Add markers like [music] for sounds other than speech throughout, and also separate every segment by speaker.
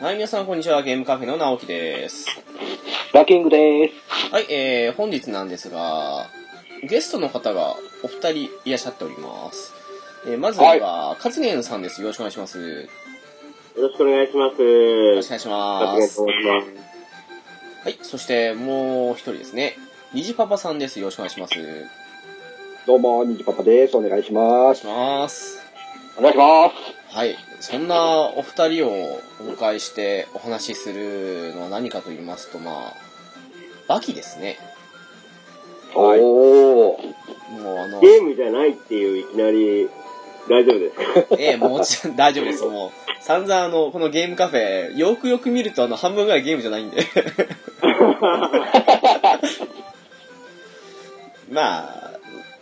Speaker 1: はい、皆さん、こんにちは。ゲームカフェの直樹です。
Speaker 2: ラキングです。
Speaker 1: はい、えー、本日なんですが、ゲストの方がお二人いらっしゃっております。えー、まずは、カツゲンさんです。よろしくお願いします。よ
Speaker 3: よろしくお願いします。
Speaker 1: ろしくお願いし
Speaker 3: あ
Speaker 1: ま
Speaker 3: りが
Speaker 1: す
Speaker 3: とう。ございます。
Speaker 1: はい、そして、もう一人ですね。虹パパさんです。よろしくお願いします。お願
Speaker 2: どうも、にじパパです。お願いしま
Speaker 1: い。します。
Speaker 2: お願いします。
Speaker 1: はい、そんなお二人をお迎えしてお話しするのは何かと言いますと、まあ、バキですね。
Speaker 2: はい、おー。
Speaker 1: もうあの、
Speaker 3: ゲームじゃないっていう、いきなり、大丈夫ですか
Speaker 1: ええ、もちろん大丈夫です。もう、散々あの、このゲームカフェ、よくよく見るとあの、半分ぐらいゲームじゃないんで。 [laughs] まあ、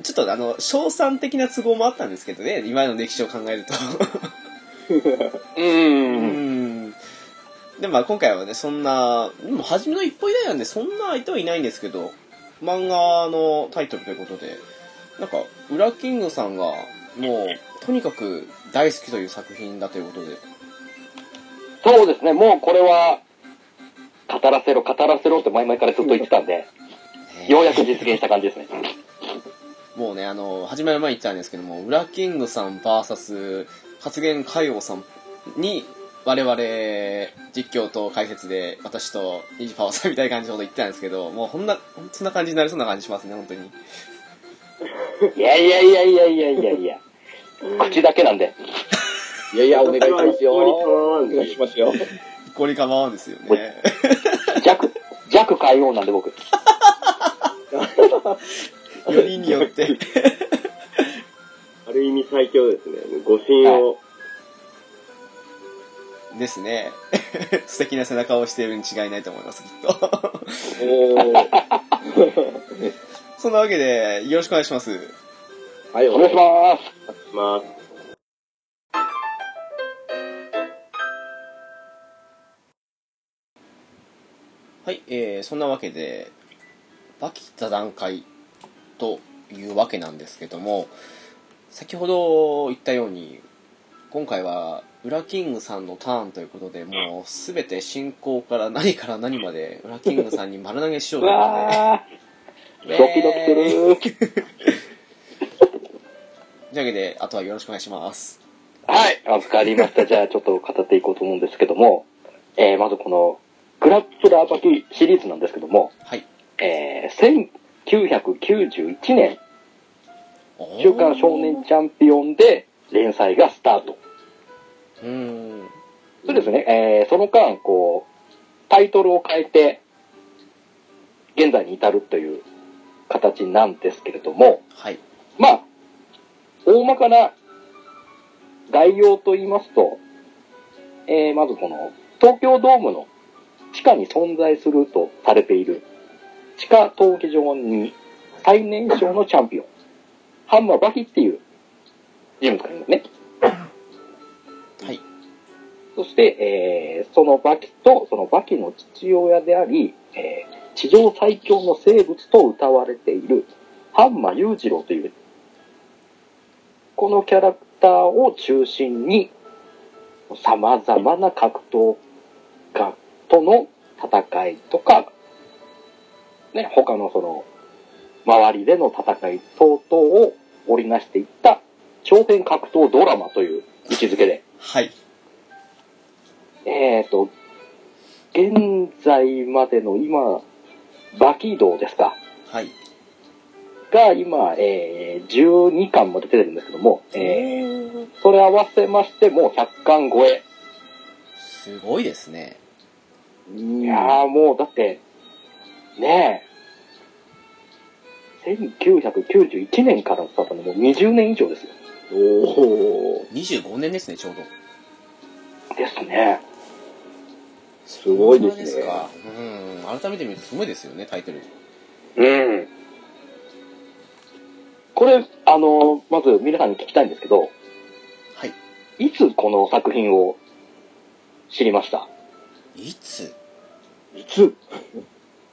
Speaker 1: ちょっとあの、賞賛的な都合もあったんですけどね、今の歴史を考えると。
Speaker 2: う
Speaker 1: う
Speaker 2: ーん。
Speaker 1: ん。でもまあ今回はね、そんな、でも初めの一歩以来なんで、そんな相手はいないんですけど、漫画のタイトルということで、なんか、ウラキングさんが、もう、とにかく大好きという作品だということで、
Speaker 2: そうですね、もうこれは、語らせろ、語らせろって前々からずっと言ってたんで、ようやく実現した感じですね。
Speaker 1: もうね、あの、始まる前に言ったんですけども、ウラキングさん VS 発言海王さんに、我々、実況と解説で、私と、ニジパワさんみたいな感じのこと言ってたんですけど、もう、こんな、そんな感じになりそうな感じしますね、本当 [laughs] に。
Speaker 2: いやいやいやいやいやいやいや。口だけなんで。
Speaker 4: いやいや、お願いしますよ。
Speaker 3: 私は一向に構わ
Speaker 4: お
Speaker 3: ん
Speaker 4: 願いしますよ。
Speaker 1: 一向に構わんですよ [laughs] ね。
Speaker 2: 弱、弱海王なんで僕。
Speaker 1: よりによって。
Speaker 3: ある意味最強ですね。誤信を。
Speaker 1: ですね。素敵な背中をしているに違いないと思います、きっと。
Speaker 4: おー
Speaker 1: そんなわけで、よろしくお願いします。
Speaker 4: はい、
Speaker 2: お願いし
Speaker 4: す。
Speaker 2: ます。
Speaker 3: まあ、
Speaker 1: はい、えー、そんなわけで、バキ座談会というわけなんですけども、先ほど言ったように、今回は、ウラキングさんのターンということで、もうすべて進行から何から何まで、ウラキングさんに丸投げしよう
Speaker 2: う
Speaker 1: ということで。
Speaker 2: わー。ドキドキす
Speaker 1: ウェーイ
Speaker 2: る
Speaker 1: というわけで、あとはよろしくお願いします。
Speaker 2: はい。わかりました。 [laughs] じゃあ、ちょっと語っていこうと思うんですけども、えー、まずこの、グラップラーバキシリーズなんですけども、
Speaker 1: はい。
Speaker 2: えー、1991年、
Speaker 1: おー
Speaker 2: 週刊少年チャンピオンで連載がスタート。
Speaker 1: うーん。
Speaker 2: そうですね、えー、その間、こう、タイトルを変えて、現在に至るという形なんですけれども、
Speaker 1: はい。
Speaker 2: まあ、大まかな概要と言いますと、えー、まずこの、東京ドームの地下に存在するとされている、地下闘技場に最年少のチャンピオン、ハンマーバキっていう人物がいますね。
Speaker 1: はい。
Speaker 2: そして、えー、そのバキと、そのバキの父親であり、えー、地上最強の生物と謳われている、ハンマ裕次郎という、このキャラクターを中心に、様々な格闘家との戦いとか、ね、他のその、周りでの戦い等々を織りなしていった、長編格闘ドラマという位置づけで、
Speaker 1: はい。
Speaker 2: えー、と、現在までの今、バキ道ですか、
Speaker 1: はい。
Speaker 2: が今、えー、12巻も出てるんですけども、え
Speaker 1: え
Speaker 2: ー、それ合わせましてもう100巻超え。
Speaker 1: すごいですね。
Speaker 2: いやーもうだって、ねえ、1991年からのスタートでもう20年以上ですよ。
Speaker 4: おー
Speaker 1: 25年ですね、ちょうど。
Speaker 2: ですね。
Speaker 4: すごいですね
Speaker 1: そうかうん。改めて見るとすごいですよね、タイトル。
Speaker 2: うん。これ、あの、まず皆さんに聞きたいんですけど、
Speaker 1: はい。
Speaker 2: いつこの作品を知りました
Speaker 1: いつ
Speaker 4: いつ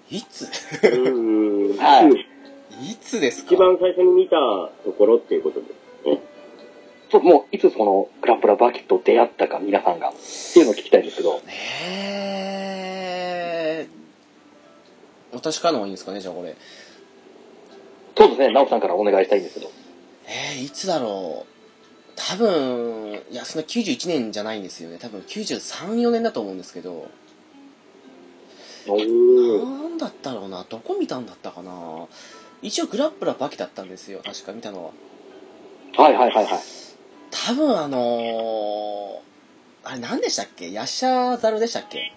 Speaker 1: いつ
Speaker 3: うーん。
Speaker 2: はい
Speaker 1: いつですか
Speaker 3: 一番最初に見たところっていうことです。
Speaker 2: そうもういつそのグランプラバキと出会ったか皆さんがっていうのを聞きたいんですけど
Speaker 1: ねえ私からの方がいいんですかねじゃあこれ
Speaker 2: そうですね奈緒さんからお願いしたいんですけど
Speaker 1: えー、いつだろう多分いやそんな91年じゃないんですよね多分934年だと思うんですけど
Speaker 2: お
Speaker 1: なんだったろうなどこ見たんだったかな一応グラップラバキだったんですよ確か見たのは
Speaker 2: はいはいはいはい
Speaker 1: 多分あのー、あれ何でしたっけヤッシャーザルでしたっけ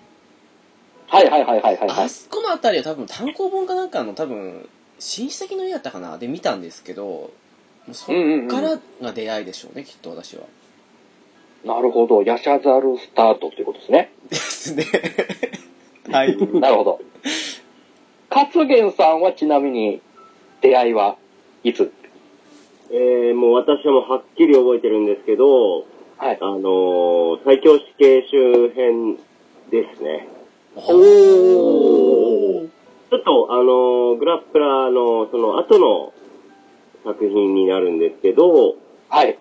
Speaker 2: はいはいはいはいはいはい
Speaker 1: あそこのあたりは多分単行本かなんかの多分紳士的の家だったかなで見たんですけどもうそっ
Speaker 2: うんうんうん
Speaker 1: からが出会いでしょうね、きっと私は
Speaker 2: なるほどヤシャザルスタートっていうことですね
Speaker 1: ですねはい
Speaker 2: なるほど勝元さんはちなみに出会いはいつ
Speaker 3: えー、もう私はもうはっきり覚えてるんですけど、
Speaker 2: はい
Speaker 3: あのー、最強死刑周辺ですね。
Speaker 1: おー
Speaker 3: ちょっと、あのー、グラップラーのその後の作品になるんですけど、
Speaker 2: はい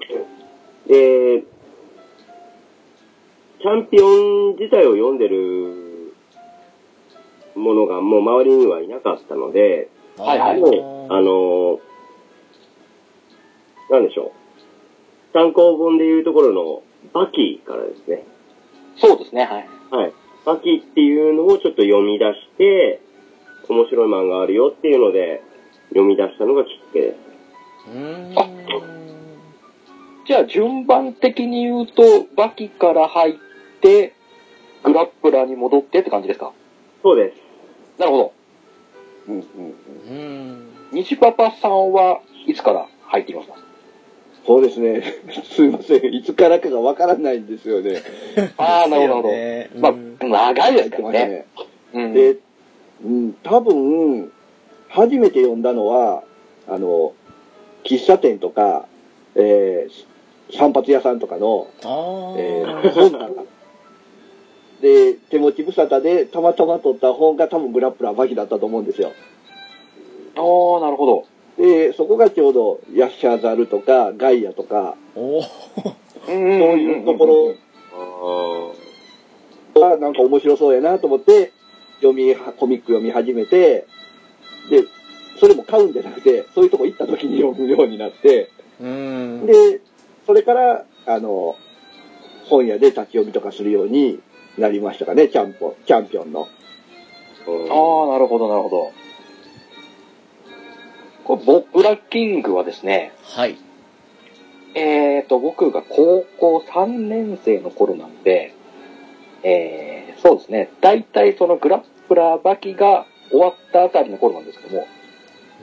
Speaker 3: で、チャンピオン自体を読んでるものがもう周りにはいなかったので、
Speaker 2: はいはい
Speaker 3: もう、あの、なんでしょう。単行本でいうところのバキからですね。
Speaker 2: そうですねはい
Speaker 3: はい。バキっていうのをちょっと読み出して、面白い漫画あるよっていうので、読み出したのがきっかけです。
Speaker 1: うーん
Speaker 2: あじゃあ順番的に言うと、バキから入って、グラップラーに戻ってって感じですか
Speaker 3: そうです。
Speaker 2: なるほど。
Speaker 4: うんうん。
Speaker 1: うーん
Speaker 2: 西パパさんはいつから入っていますか
Speaker 4: そうですね。 [laughs] すいません。いつからかがわからないんですよね。
Speaker 2: ああ、なるほど。
Speaker 1: ですよね
Speaker 2: まあ
Speaker 1: うん、
Speaker 2: 長いですか
Speaker 4: 入
Speaker 2: ら
Speaker 4: ってました
Speaker 2: ね。
Speaker 4: ね。
Speaker 2: うん。
Speaker 4: で、うん、多分、初めて読んだのは、あの、喫茶店とか、えー、散髪屋さんとかの、
Speaker 1: あー
Speaker 4: えー、本棚。で、手持ち無沙汰で、たまたま取った本が多分グラップラーバキだったと思うんですよ。
Speaker 2: ああ、なるほど。
Speaker 4: で、そこがちょうど、ヤッシャーザルとか、ガイアとか、
Speaker 1: おー
Speaker 2: そう
Speaker 4: そうい
Speaker 2: いう
Speaker 4: とこ
Speaker 3: ああ。
Speaker 4: ろがなんか面白そうやなと思って、読みは、コミック読み始めて、で、それも買うんじゃなくて、そういうとこ行った時に読むようになって、
Speaker 1: うーん
Speaker 4: で、それから、あの、本屋で立ち読みとかするようになりましたかね、チャンポ、チャンピオンの。
Speaker 3: うん
Speaker 2: ああ、なるほど、なるほど。これ、僕らキングはですね、
Speaker 1: はい
Speaker 2: えーと、僕が高校3年生の頃なんで、えー、そうですね、大体そのグラップラーバキが終わったあたりの頃なんですけども、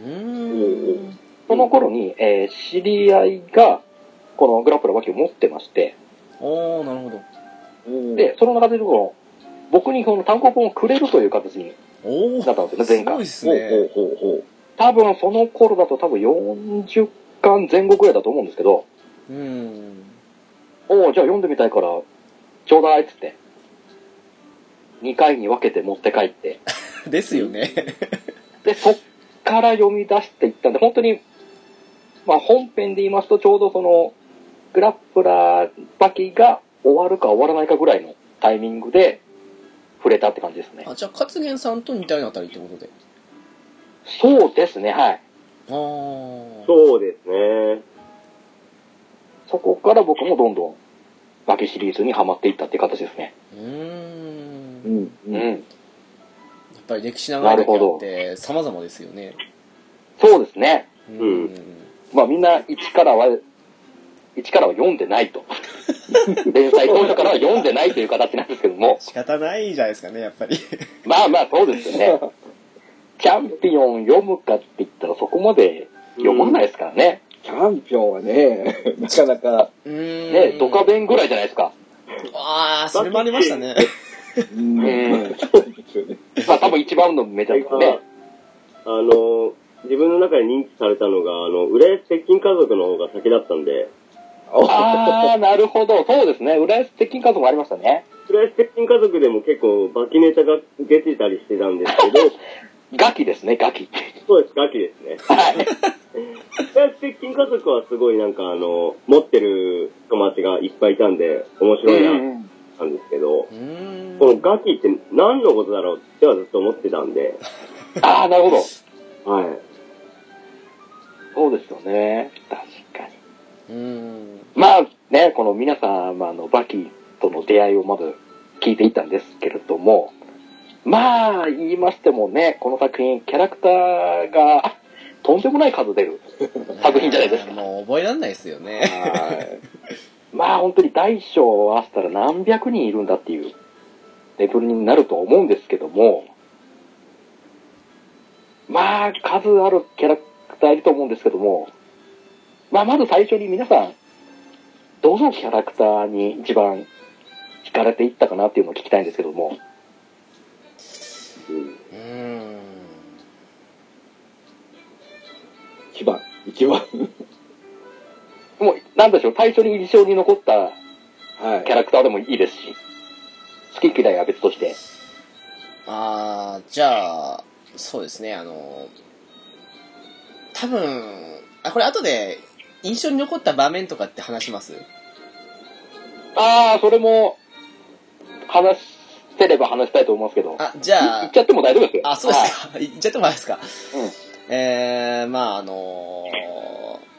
Speaker 1: うーん
Speaker 2: その頃に、えー知り合いが、このグラップラーバキを持ってまして、
Speaker 1: おーなるほど
Speaker 2: で、その中でこの、僕にこの単行本をくれるという形に
Speaker 1: お
Speaker 2: な
Speaker 1: ー
Speaker 2: ったんですよ
Speaker 1: すごい
Speaker 2: ね、前回
Speaker 1: で。すね
Speaker 4: ほうほうほう。
Speaker 2: 多分その頃だと多分40巻前後ぐらいだと思うんですけど、
Speaker 1: うーん
Speaker 2: おお、じゃあ読んでみたいから、ちょうだいっつって。2回に分けて持って帰って。
Speaker 1: ですよね [laughs]
Speaker 2: で、そっから読み出していったんで、本当に、まあ本編で言いますと、ちょうどその、グラップラーバキが終わるか終わらないかぐらいのタイミングで触れたって感じですね。
Speaker 1: あじゃあ勝元さんと似たようなあたりってことで
Speaker 2: そうですね、はい。
Speaker 1: あー
Speaker 3: そうですね。
Speaker 2: そこから僕もどんどん、バキシリーズにはまっていったって形ですね。
Speaker 1: うーん
Speaker 4: うん。
Speaker 2: う
Speaker 4: うん
Speaker 2: ん。
Speaker 1: やっぱり歴史長いだけあって様々ですよね
Speaker 2: そうですね。
Speaker 1: う
Speaker 3: うん
Speaker 2: まあみんな一からは、一からは読んでないと。連載当初からは読んでないという形なんですけども。
Speaker 1: 仕方ないじゃないですかねやっぱ
Speaker 2: [laughs]
Speaker 1: り
Speaker 2: まあまあそうですよね。チャンピオン読むかって言ったらそこまで読まないですからね。
Speaker 4: チャンピオンはね、 [laughs] なかなか、
Speaker 1: うーん
Speaker 2: ね、ドカベンぐらいじゃないですか。
Speaker 1: ああそれもありましたね
Speaker 4: うん
Speaker 2: うん
Speaker 4: そうですよね。
Speaker 2: まあ多分一番のメジャーですよね。
Speaker 3: あの、自分の中で認知されたのが、あの、浦安鉄筋家族の方が先だったんで、
Speaker 2: ああ、なるほど。そうですね。浦安鉄筋家族もありましたね。
Speaker 3: 浦安鉄筋家族でも結構バキネタが出てたりしてたんですけど、
Speaker 2: ガキですね、ガキ。
Speaker 3: そうです、ガキですね。
Speaker 2: はい。
Speaker 3: や、鉄筋家族はすごいなんかあの、持ってる友達がいっぱいいたんで、面白いな、なんですけど、
Speaker 1: うーん
Speaker 3: このガキって何のことだろうってはずっと思ってたんで、
Speaker 2: ああ、なるほど。
Speaker 3: はい。
Speaker 2: そうですよね。確かに。
Speaker 1: うーん
Speaker 2: まあね、この皆様のバキとの出会いをまず聞いていったんですけれども、まあ言いましてもね、この作品、キャラクターがあとんでもない数出る作品じゃないですか。
Speaker 1: もう覚えられないですよね
Speaker 2: はいまあ本当に大小を合わせたら何百人いるんだっていうレベルになると思うんですけども、まあ数あるキャラクターいると思うんですけども、まあまず最初に皆さん、どのキャラクターに一番惹かれていったかなっていうのを聞きたいんですけども、
Speaker 1: うーん
Speaker 4: 一番、一番。
Speaker 2: もうなんでしょう、最初に印象に残った
Speaker 4: は
Speaker 2: キャ
Speaker 4: い。
Speaker 2: ラクターでもいいですし、好き嫌いは別として。
Speaker 1: ああじゃあそうですねあの多分あこれ後で印象に残った場面とかって話します
Speaker 2: ああ、それも、話せれば話したいと思いますけど。
Speaker 1: あじゃ
Speaker 2: 言
Speaker 1: あ
Speaker 2: っちゃっても大丈夫ですよ。
Speaker 1: あそうですか言っちゃってもらえますか
Speaker 2: はい。
Speaker 1: えー、まああの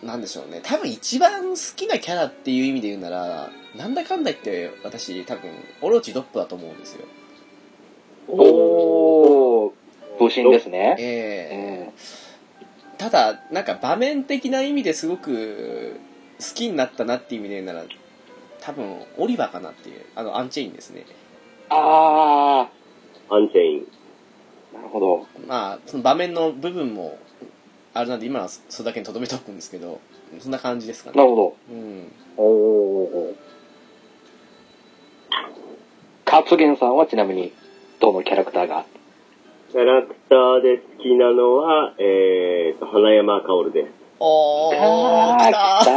Speaker 1: ーなんでしょうね多分一番好きなキャラっていう意味で言うならなんだかんだ言って私多分オロチドップだと思うんですよ
Speaker 2: うん、おー、武神ですね。
Speaker 1: えー、ただなんか場面的な意味ですごく好きになったなっていう意味で言うなら多分オリバーかなっていうあのアンチェインですね
Speaker 2: あ
Speaker 3: アンチェイン。
Speaker 2: ー、なるほど。
Speaker 1: まあその場面の部分もあれなんで今はそれだけにとどめておくんですけどそんな感じですか
Speaker 2: な
Speaker 1: ね
Speaker 2: るほ
Speaker 1: うん
Speaker 2: ど。おー。カツゲンさんはちなみに、どのキャラクターが
Speaker 3: キャラクターで好きなのは、えーと、花山薫です。
Speaker 1: おー来
Speaker 2: あ
Speaker 1: た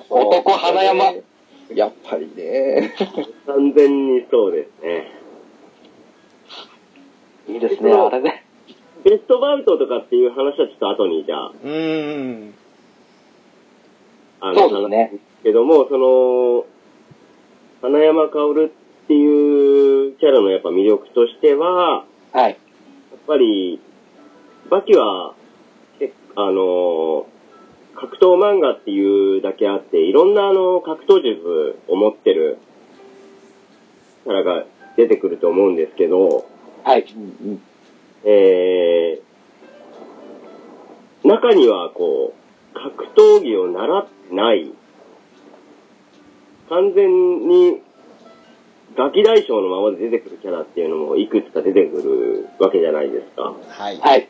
Speaker 2: ー、来たー男花山。
Speaker 4: やっぱりね。
Speaker 3: 完全にそうですね。
Speaker 2: いいですね、あれね。
Speaker 3: ベストバウトとかっていう話はちょっと後に、じゃあ、
Speaker 1: うーん
Speaker 3: あの、
Speaker 2: そうですね。
Speaker 3: けども、その、花山薫っていうキャラのやっぱ魅力としては、
Speaker 2: はい。
Speaker 3: やっぱり、バキは、けあの、格闘漫画っていうだけあって、いろんなあの、格闘術を持ってるキャラが出てくると思うんですけど、
Speaker 2: はい。
Speaker 4: うん
Speaker 3: えー、中にはこう、格闘技を習ってない、完全にガキ大将のままで出てくるキャラっていうのもいくつか出てくるわけじゃないですか。
Speaker 1: はい
Speaker 2: はい。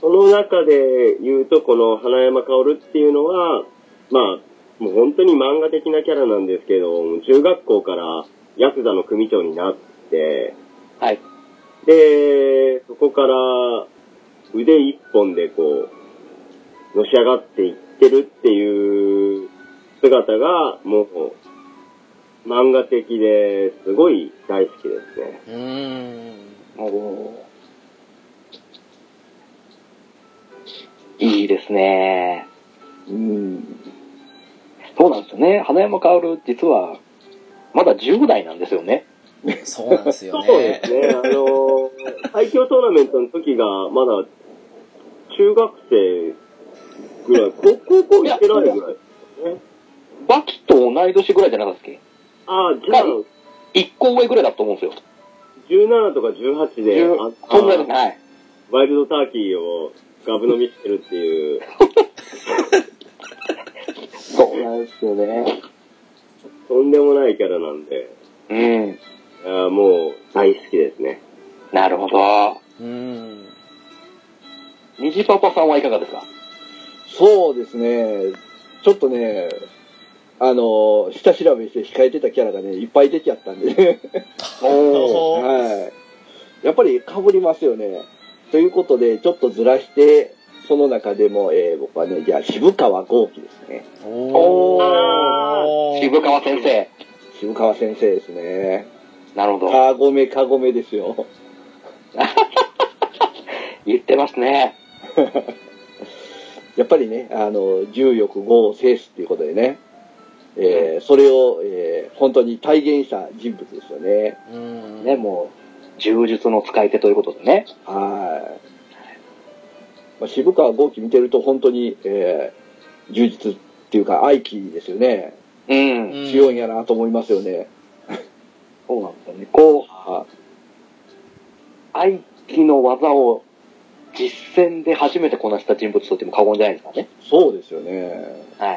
Speaker 3: その中で言うと、この花山薫っていうのは、まあ、もう本当に漫画的なキャラなんですけど、中学校からヤクザの組長になって、
Speaker 2: はい。
Speaker 3: で、そこから腕一本でこう、のし上がっていってるっていう姿が、もう、漫画的ですごい大好きですね。
Speaker 1: うーん
Speaker 2: おいいですね。
Speaker 4: うん。
Speaker 2: そうなんですよね。花山薫、実は、まだ10代なんですよね。
Speaker 1: そうなんですよ
Speaker 3: そうで
Speaker 1: ね
Speaker 3: すね。あの、最強トーナメントの時が、まだ、中学生ぐらい、高高校行ってないぐらい。
Speaker 2: バキと同い年ぐらいじゃなかったっけ
Speaker 3: ああ、じゃあ、
Speaker 2: 一個上ぐらいだと思うんですよ。
Speaker 3: 17とか18で、
Speaker 2: 10
Speaker 3: あ
Speaker 2: そんぐらいです。はい。
Speaker 3: ワイルドターキーをガブ飲みしてるっていう。
Speaker 2: そうなんですよね。
Speaker 3: とんでもないキャラなんで、
Speaker 2: うん。
Speaker 3: あーもう大好きですね。
Speaker 2: なるほど。
Speaker 1: うーん
Speaker 2: 虹パパさんはいかがですか
Speaker 4: そうですね。ちょっとね、あの、下調べして控えてたキャラがね、いっぱい出ちゃったんでね。
Speaker 2: おー。
Speaker 1: おー
Speaker 4: はい。やっぱり被りますよね。ということで、ちょっとずらして、その中でも、えー僕はね、じゃあ、渋川豪樹ですね。
Speaker 1: おー
Speaker 2: 渋川先生。
Speaker 4: 渋川先生ですね。
Speaker 2: なるほど。
Speaker 4: かごめかごめですよ。
Speaker 2: 言ってますね。
Speaker 4: やっぱりね、あの、重欲業を制すっていうことでね、えーそれを、えー本当に体現した人物ですよね。
Speaker 1: うん
Speaker 2: ね、もう、柔術の使い手ということでね。
Speaker 4: はい。まあ、渋川豪輝見てると本当に、えー充実っていうか愛機ですよね。
Speaker 2: うん。
Speaker 1: うん
Speaker 4: 強いんやなと思いますよね。
Speaker 2: そうなんですよね。こう、
Speaker 4: は
Speaker 2: 愛機の技を実践で初めてこなした人物と言っても過言じゃないですからね。
Speaker 4: いそうですよね。
Speaker 2: は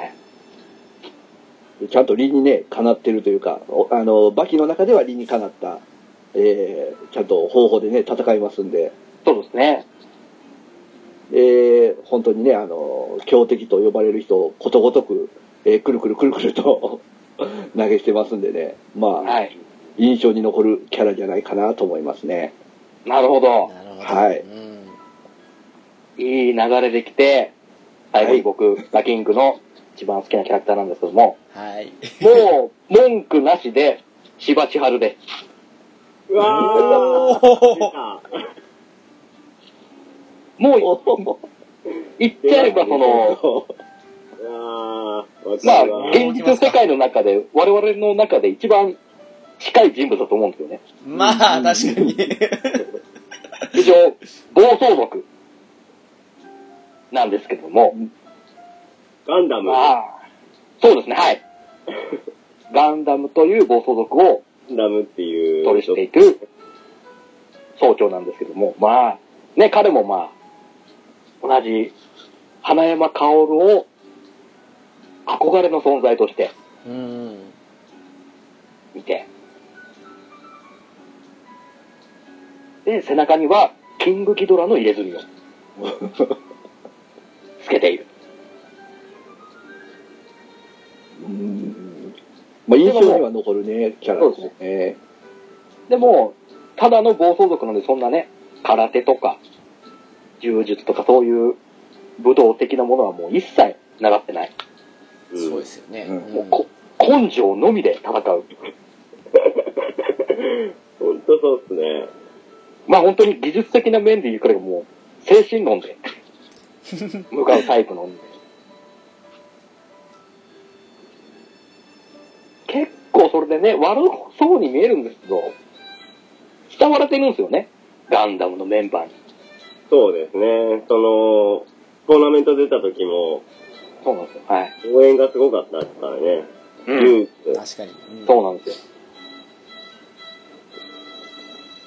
Speaker 2: い。
Speaker 4: ちゃんと理にね、かなってるというか、おあの、バキの中では理にかなった、えーちゃんと方法でね、戦いますんで、
Speaker 2: そうですね。
Speaker 4: えー本当にね、あの、強敵と呼ばれる人をことごとく、えーくるくるくるくると [laughs] 投げしてますんでね、まあ、
Speaker 2: はい。
Speaker 4: 印象に残るキャラじゃないかなと思いますね。
Speaker 2: なるほど。
Speaker 1: なるほど
Speaker 4: はい
Speaker 1: うん
Speaker 2: いい流れできて、最後に僕、バキングの一番好きなキャラクターなんですけども、
Speaker 1: はい [laughs]
Speaker 2: もう、文句なしで、芝千春で。
Speaker 3: うわー出た
Speaker 2: もう、言っちゃえばその、
Speaker 3: [laughs] うわーわ
Speaker 2: まあ
Speaker 3: かるわ、
Speaker 2: 現実世界の中で、我々の中で一番近い人物だと思うんですよね。
Speaker 1: まあ確かに
Speaker 2: 非常、暴走族なんですけども、
Speaker 3: ガンダム。
Speaker 2: ま
Speaker 3: ガ
Speaker 2: あ、そうですね、はい。ガンダムという暴走族を
Speaker 3: ンダムっていう。
Speaker 2: 取りしていく総長なんですけども、まあ、ね、彼もまあ、同じ花山薫を憧れの存在として
Speaker 1: うん
Speaker 2: 見て、で、背中には、キングギドラの入れ墨をつけている。
Speaker 4: うんまあ、印象には残るね、キャラですね。
Speaker 2: でも、ただの暴走族なんで、そんなね、空手とか、柔術とかそういう武道的なものはもう一切習ってない。
Speaker 3: うん
Speaker 1: そうですよね、
Speaker 4: うん
Speaker 2: もうこ根性のみで戦う。
Speaker 3: ほんとそうっすね。
Speaker 2: まあ本当に技術的な面で言うからもう、精神論で向かうタイプなんで。結構それでね、悪そうに見えるんですけど、慕われてるんですよね。ガンダムのメンバーに。
Speaker 3: そうですね。その、トーナメント出た時も、
Speaker 2: そうなんですよ。はい。
Speaker 3: 応援がすごかったですからね。勇気で
Speaker 1: 確かに、うん
Speaker 2: そうなんです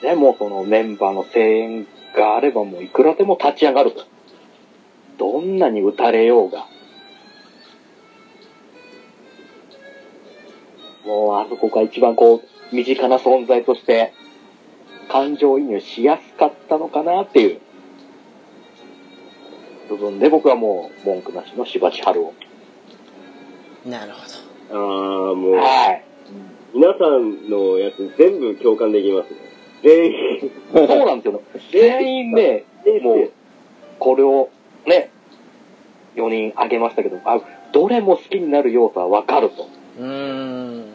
Speaker 2: よ。でもうそのメンバーの声援があればもういくらでも立ち上がると。どんなに打たれようが。もうあそこが一番こう、身近な存在として、感情移入しやすかったのかなっていう部分で僕はもう文句なしの柴千春を。
Speaker 1: なるほど
Speaker 3: あー、もう、
Speaker 2: はい。
Speaker 3: 皆さんのやつ全部共感できますね。全員、
Speaker 2: そうなんですよ。全員ね、もう、これをね、4人あげましたけど、あ、どれも好きになる要素はわかると。
Speaker 1: うーん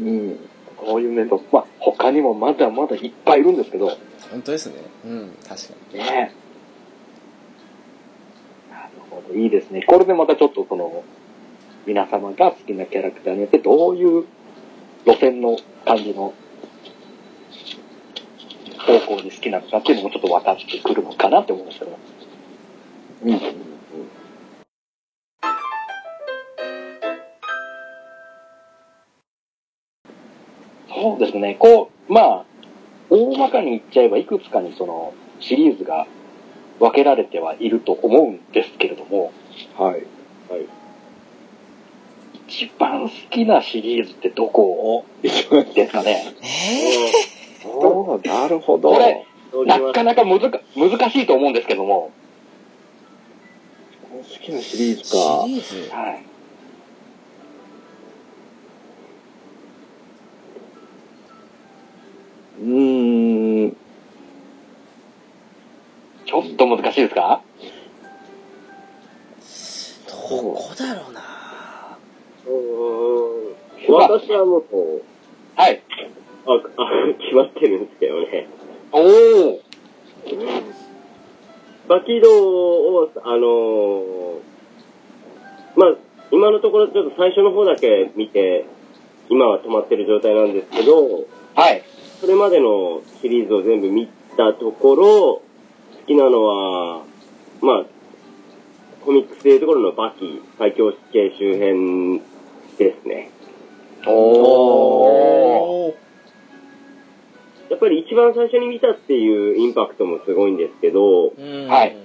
Speaker 4: うん
Speaker 2: こういう面と、まあ、他にもまだまだいっぱいいるんですけど、
Speaker 1: 本当ですねうん確かに
Speaker 2: ね。なるほど、いいですね。これでまたちょっとその、皆様が好きなキャラクターによってどういう路線の感じの方向に好きなのかっていうのもちょっと分かってくるのかなって思いましたけど。
Speaker 4: うん
Speaker 2: そうですね。こう、まあ、大まかに言っちゃえば、いくつかにその、シリーズが分けられてはいると思うんですけれども、
Speaker 4: はい。
Speaker 2: 一番好きなシリーズってどこですかね
Speaker 1: え
Speaker 4: おーなるほど。
Speaker 2: これ
Speaker 3: 乗り
Speaker 2: な
Speaker 3: ま
Speaker 2: かなか難か難しいと思うんですけども、
Speaker 4: 好きなシリー
Speaker 1: ー、
Speaker 4: ズ
Speaker 1: シ
Speaker 4: か。
Speaker 1: リーズ
Speaker 2: はい。
Speaker 4: うーん。
Speaker 2: ちょっと難しいですか
Speaker 1: どこだろうな
Speaker 3: すうーん私はもう、
Speaker 2: はい。
Speaker 3: あ、あ、決まってるんですけどね。
Speaker 2: おー。
Speaker 3: バキドを、あのー今のところちょっと最初の方だけ見て、今は止まってる状態なんですけど、
Speaker 2: はい。
Speaker 3: それまでのシリーズを全部見たところ、好きなのは、まあ、コミックスでいうところのバキ、最強死刑周辺ですね。
Speaker 2: おー。
Speaker 1: おー
Speaker 3: やっぱり一番最初に見たっていうインパクトもすごいんですけど、
Speaker 1: うん
Speaker 2: はい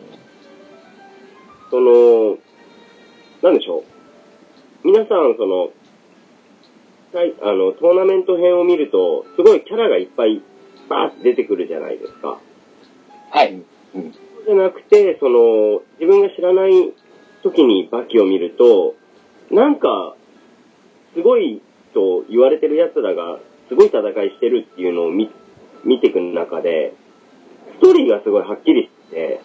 Speaker 3: その、なんでしょう。皆さん、その、はいあの、トーナメント編を見ると、すごいキャラがいっぱい、バーって出てくるじゃないですか。
Speaker 2: はい。
Speaker 3: そうじゃなくて、その、自分が知らない時にバキを見ると、なんか、すごいと言われてる奴らが、すごい戦いしてるっていうのを見、見てくる中で、ストーリーがすごいはっきりしてて、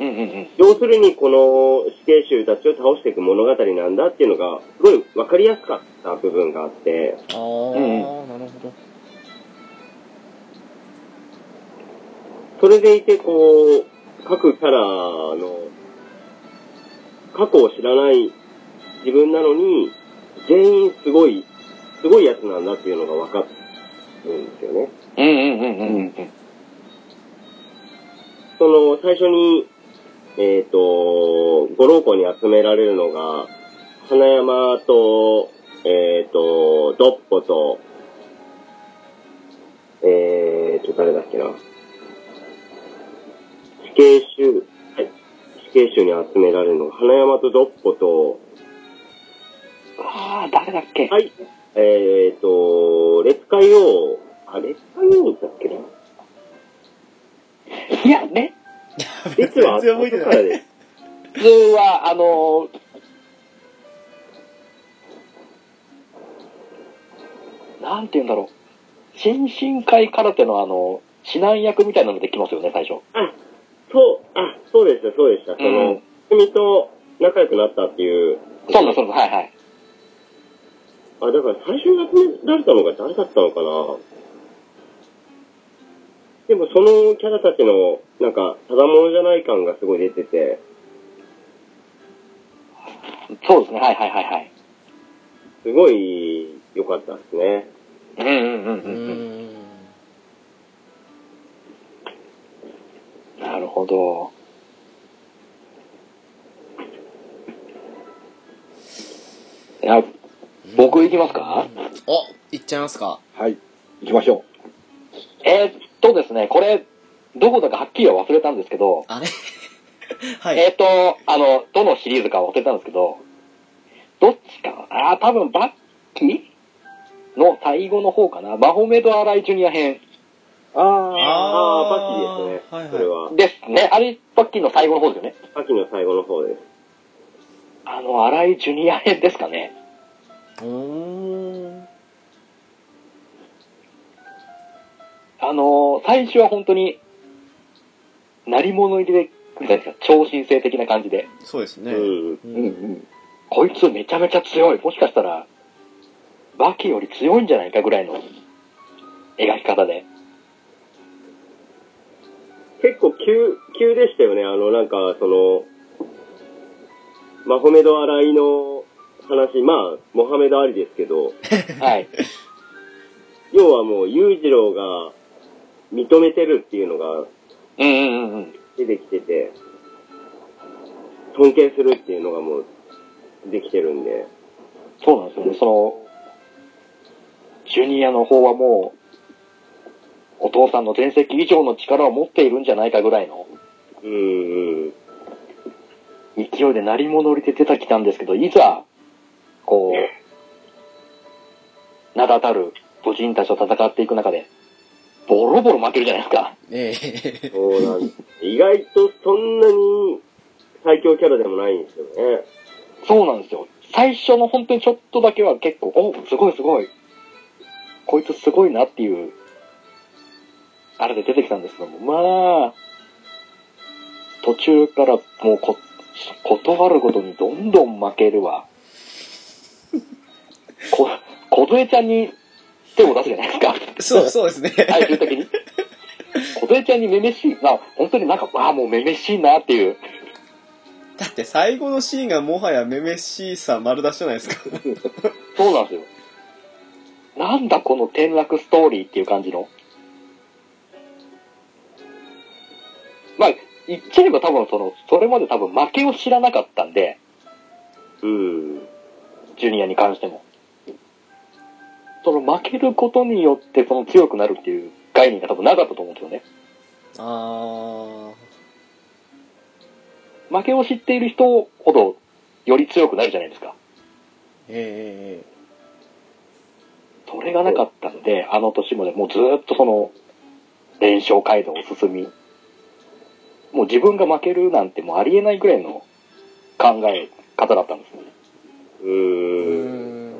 Speaker 2: うんうんうん。
Speaker 3: 要するにこの死刑囚たちを倒していく物語なんだっていうのが、すごい分かりやすかった部分があって、
Speaker 1: ああ、
Speaker 2: う
Speaker 1: なるほど
Speaker 3: それでいてこう、各キャラの過去を知らない自分なのに、全員すごい、すごいやつなんだっていうのが分かるんですよね。
Speaker 2: うんうんうんうんうん。
Speaker 3: その、最初に、えっ、と、五老湖に集められるのが、花山と、えっ、と、ドッポと、えっ、と、誰だっけな。死刑囚、はい。死刑囚に集められるのが、花山とドッポと、
Speaker 2: ああ、誰だっけ
Speaker 3: はい。えっ、と、烈海王、あ、烈海王だっけな。
Speaker 2: いや、ね。
Speaker 3: 烈
Speaker 1: [laughs]
Speaker 3: は
Speaker 1: 全然覚えてない
Speaker 3: 後からです
Speaker 2: 普通は、あのー、なんて言うんだろう。新進会空手のあの、指南役みたいなのできますよね、最初。
Speaker 3: あ、そう、あ、そうでした、そうでした。その、君と仲良くなったっていう。
Speaker 2: そうです、そうです。はいはい。
Speaker 3: あ、だから最初に集められたのが誰だったのかなでもそのキャラたちの、なんか、ただものじゃない感がすごい出てて、
Speaker 2: そうですね、はいはいはいはい。
Speaker 3: すごい良かったですね。
Speaker 2: うんうんうん
Speaker 1: う
Speaker 2: うん
Speaker 1: ん
Speaker 2: うん。なるほど。いや、僕行きますか
Speaker 1: おいっちゃいますか
Speaker 4: はい。行きましょ
Speaker 2: えーっとですね、これ、どこだかはっきりは忘れたんですけど、
Speaker 1: あれ [laughs] はい、
Speaker 2: えーっと、あの、どのシリーズか忘れたんですけど、どっちか、あー多分バッキーの最後の方かな、マホメド・アライ・ジュニア編
Speaker 4: う。ああ。
Speaker 3: あー、バッキーですね。
Speaker 1: はいはい
Speaker 3: それは、
Speaker 2: ですね。あれ、バッキーの最後の方ですよね。
Speaker 3: バッキーの最後の方です。
Speaker 2: あの、アライ・ジュニア編ですかね。
Speaker 1: うーん
Speaker 2: あのー、最初は本当に、鳴り物入りで、みたいな、超新星的な感じで、
Speaker 1: そうですね
Speaker 3: うん。
Speaker 1: う
Speaker 4: うんんうん。
Speaker 2: こいつめちゃめちゃ強い。もしかしたら、バキより強いんじゃないかぐらいの描き方で。
Speaker 3: 結構急、急でしたよね。あの、なんか、その、マホメド・アライの話、まあ、モハメド・アリですけど、
Speaker 1: [laughs]
Speaker 2: はい。
Speaker 3: 要はもう、裕次郎が認めてるっていうのが
Speaker 2: うんうんうんうん。
Speaker 3: 出てきてて、尊敬するっていうのがもう、できてるんで、
Speaker 2: そうなんですよね。その、ジュニアの方はもう、お父さんの全席以上の力を持っているんじゃないかぐらいの
Speaker 3: うん、うん。
Speaker 2: 勢いで鳴り物入りで出てきたんですけど、いざ、こう、名だたる巨人たちと戦っていく中で、ボロボロ負けるじゃないですか。
Speaker 1: ええ
Speaker 3: そうなんです。意外とそんなに最強キャラでもないんですよね。
Speaker 2: そうなんですよ。最初の本当にちょっとだけは結構、おすごいすごい。こいつすごいなっていう、あれで出てきたんですけども、まあ、途中からもうこ、断るごとにどんどん負けるわ。 [laughs] こ、小杖ちゃんに手を出すじゃないですか。
Speaker 1: [laughs] そうそうですね
Speaker 2: 最終的に。小杖ちゃんにめめしい。な、本当になんか、ああ、もうめめしいなっていう。
Speaker 1: [laughs] だって最後のシーンがもはやめめしいさ丸出しじゃないですか。
Speaker 2: そうなんですよ。なんだこの転落ストーリーっていう感じの。まあ、言っちゃえば多分その、それまで多分負けを知らなかったんで、
Speaker 3: うん。
Speaker 2: ジュニアに関しても。その負けることによってその強くなるっていう概念が多分なかったと思うんですよね。
Speaker 1: あー。
Speaker 2: 負けを知っている人ほどより強くなるじゃないですか。
Speaker 1: ええ
Speaker 2: それがなかったんで、あの年もね、もうずーっとその、連勝街道を進み、もう自分が負けるなんてもうありえないぐらいの考え方だったんですよね。
Speaker 3: う
Speaker 1: えええう
Speaker 3: ーん。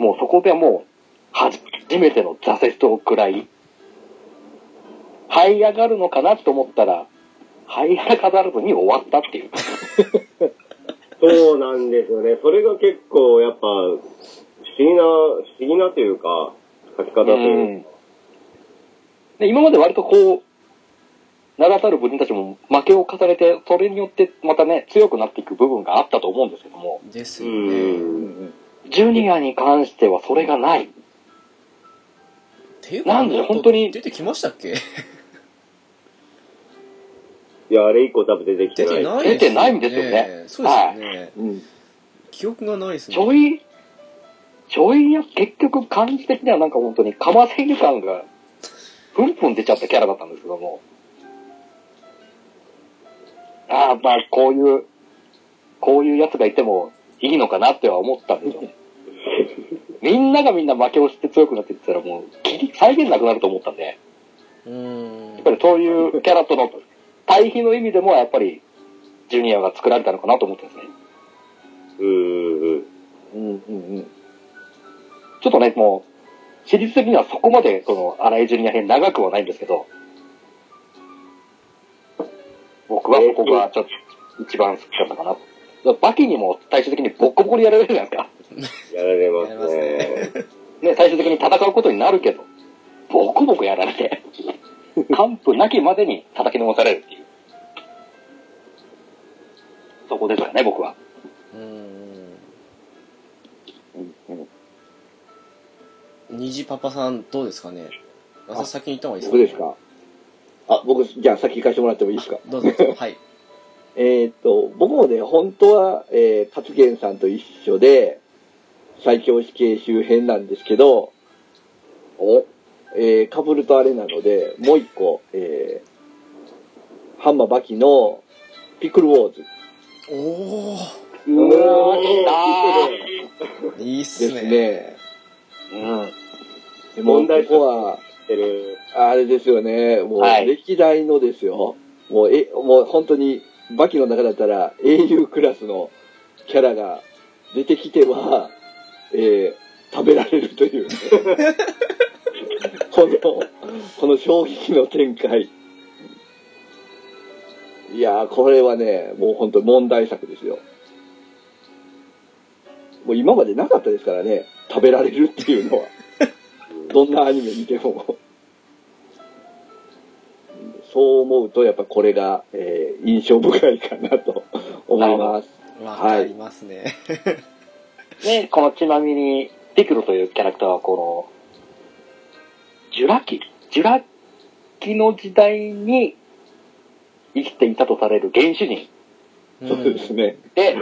Speaker 1: ーん。
Speaker 2: もうそこではもう、初めての挫折とくらい、這い上がるのかなと思ったら、這い上がらずに終わったっていう。
Speaker 3: そうなんですよね。それが結構やっぱ、不思議な、不思議なというか、書き方というか。
Speaker 2: で今まで割とこう、名だたる部員たちも負けを重ねて、それによってまたね、強くなっていく部分があったと思うんですけども、
Speaker 1: です
Speaker 3: う
Speaker 1: よね。っ
Speaker 3: ん。
Speaker 2: ジュニアに関してはそれがない。
Speaker 1: ていうか、
Speaker 2: なんで
Speaker 1: もっと
Speaker 2: 本当に
Speaker 1: 出てきましたっけ
Speaker 3: いや、あれ以降多分出てきて
Speaker 1: 出
Speaker 3: ない
Speaker 1: てない
Speaker 2: 出
Speaker 3: です。
Speaker 2: てないんですよね
Speaker 1: そうですよね。
Speaker 4: うん。
Speaker 1: 記憶がないですね。
Speaker 2: ちょい、ちょいや、結局感じ的にはなんか本当にかませる感が、プンプン出ちゃったキャラだったんですけども。ああ、まあこういう、こういうやつがいてもいいのかなっては思ったんですよね。みんながみんな負けをして強くなっていったらもう、切り、再現なくなると思ったんで、
Speaker 1: うー
Speaker 2: やっ
Speaker 1: ん
Speaker 2: ぱ。りそういうキャラとの対比の意味でもやっぱり、ジュニアが作られたのかなと思ったんですね。
Speaker 3: うんうん。
Speaker 4: うんうんうん。
Speaker 2: ちょっとね、もう、シリーズ的にはそこまで、その、荒井ジュニア編長くはないんですけど、僕はそこがちょっと一番好きだったかな。バキにも最終的にボッコボコにやられるじゃないですか。
Speaker 3: やられま
Speaker 1: やられますす
Speaker 3: ね。
Speaker 2: ね、最終的に戦うことになるけど、ボコボコやられ [laughs] て、完膚なきまでに叩きのもされるっていう。そこですかね、僕は。
Speaker 1: うーん。
Speaker 4: うん
Speaker 1: 虹パパさん、どうですかね私先に行った方がいいです
Speaker 4: 僕
Speaker 1: か
Speaker 4: ですかあ、僕、じゃあ先行かせてもらってもいいですか
Speaker 1: どうぞ。はい。
Speaker 4: えーっと、僕もね、本当は、えー、勝元さんと一緒で、最強死刑周辺なんですけど、お、えー、かぶるとあれなので、もう一個、えー、ハンマーバキの、ピクルウォーズ
Speaker 1: おー。
Speaker 2: うわー、来
Speaker 1: いいっす
Speaker 4: です
Speaker 1: ね。
Speaker 4: ね。
Speaker 2: たー。うん。
Speaker 4: でもうここは、
Speaker 3: てる。
Speaker 4: あれですよね、もう
Speaker 2: はい
Speaker 4: 歴代のですよ、もうえもう本当に、バキの中だったら英雄クラスのキャラが出てきては、えー食べられるという、ね、この、この衝撃の展開。いやー、これはね、もう本当問題作ですよ。もう今までなかったですからね、食べられるっていうの [laughs] は。どんなアニメ見ても。そう思うと、やっぱこれが、えー印象深いかなと思います。
Speaker 1: わかりますね。
Speaker 2: ね、このちなみに、ピクロというキャラクターはこの、ジュラ紀ジュラ紀の時代に生きていたとされる原始人
Speaker 4: そうですね。
Speaker 2: [laughs] で、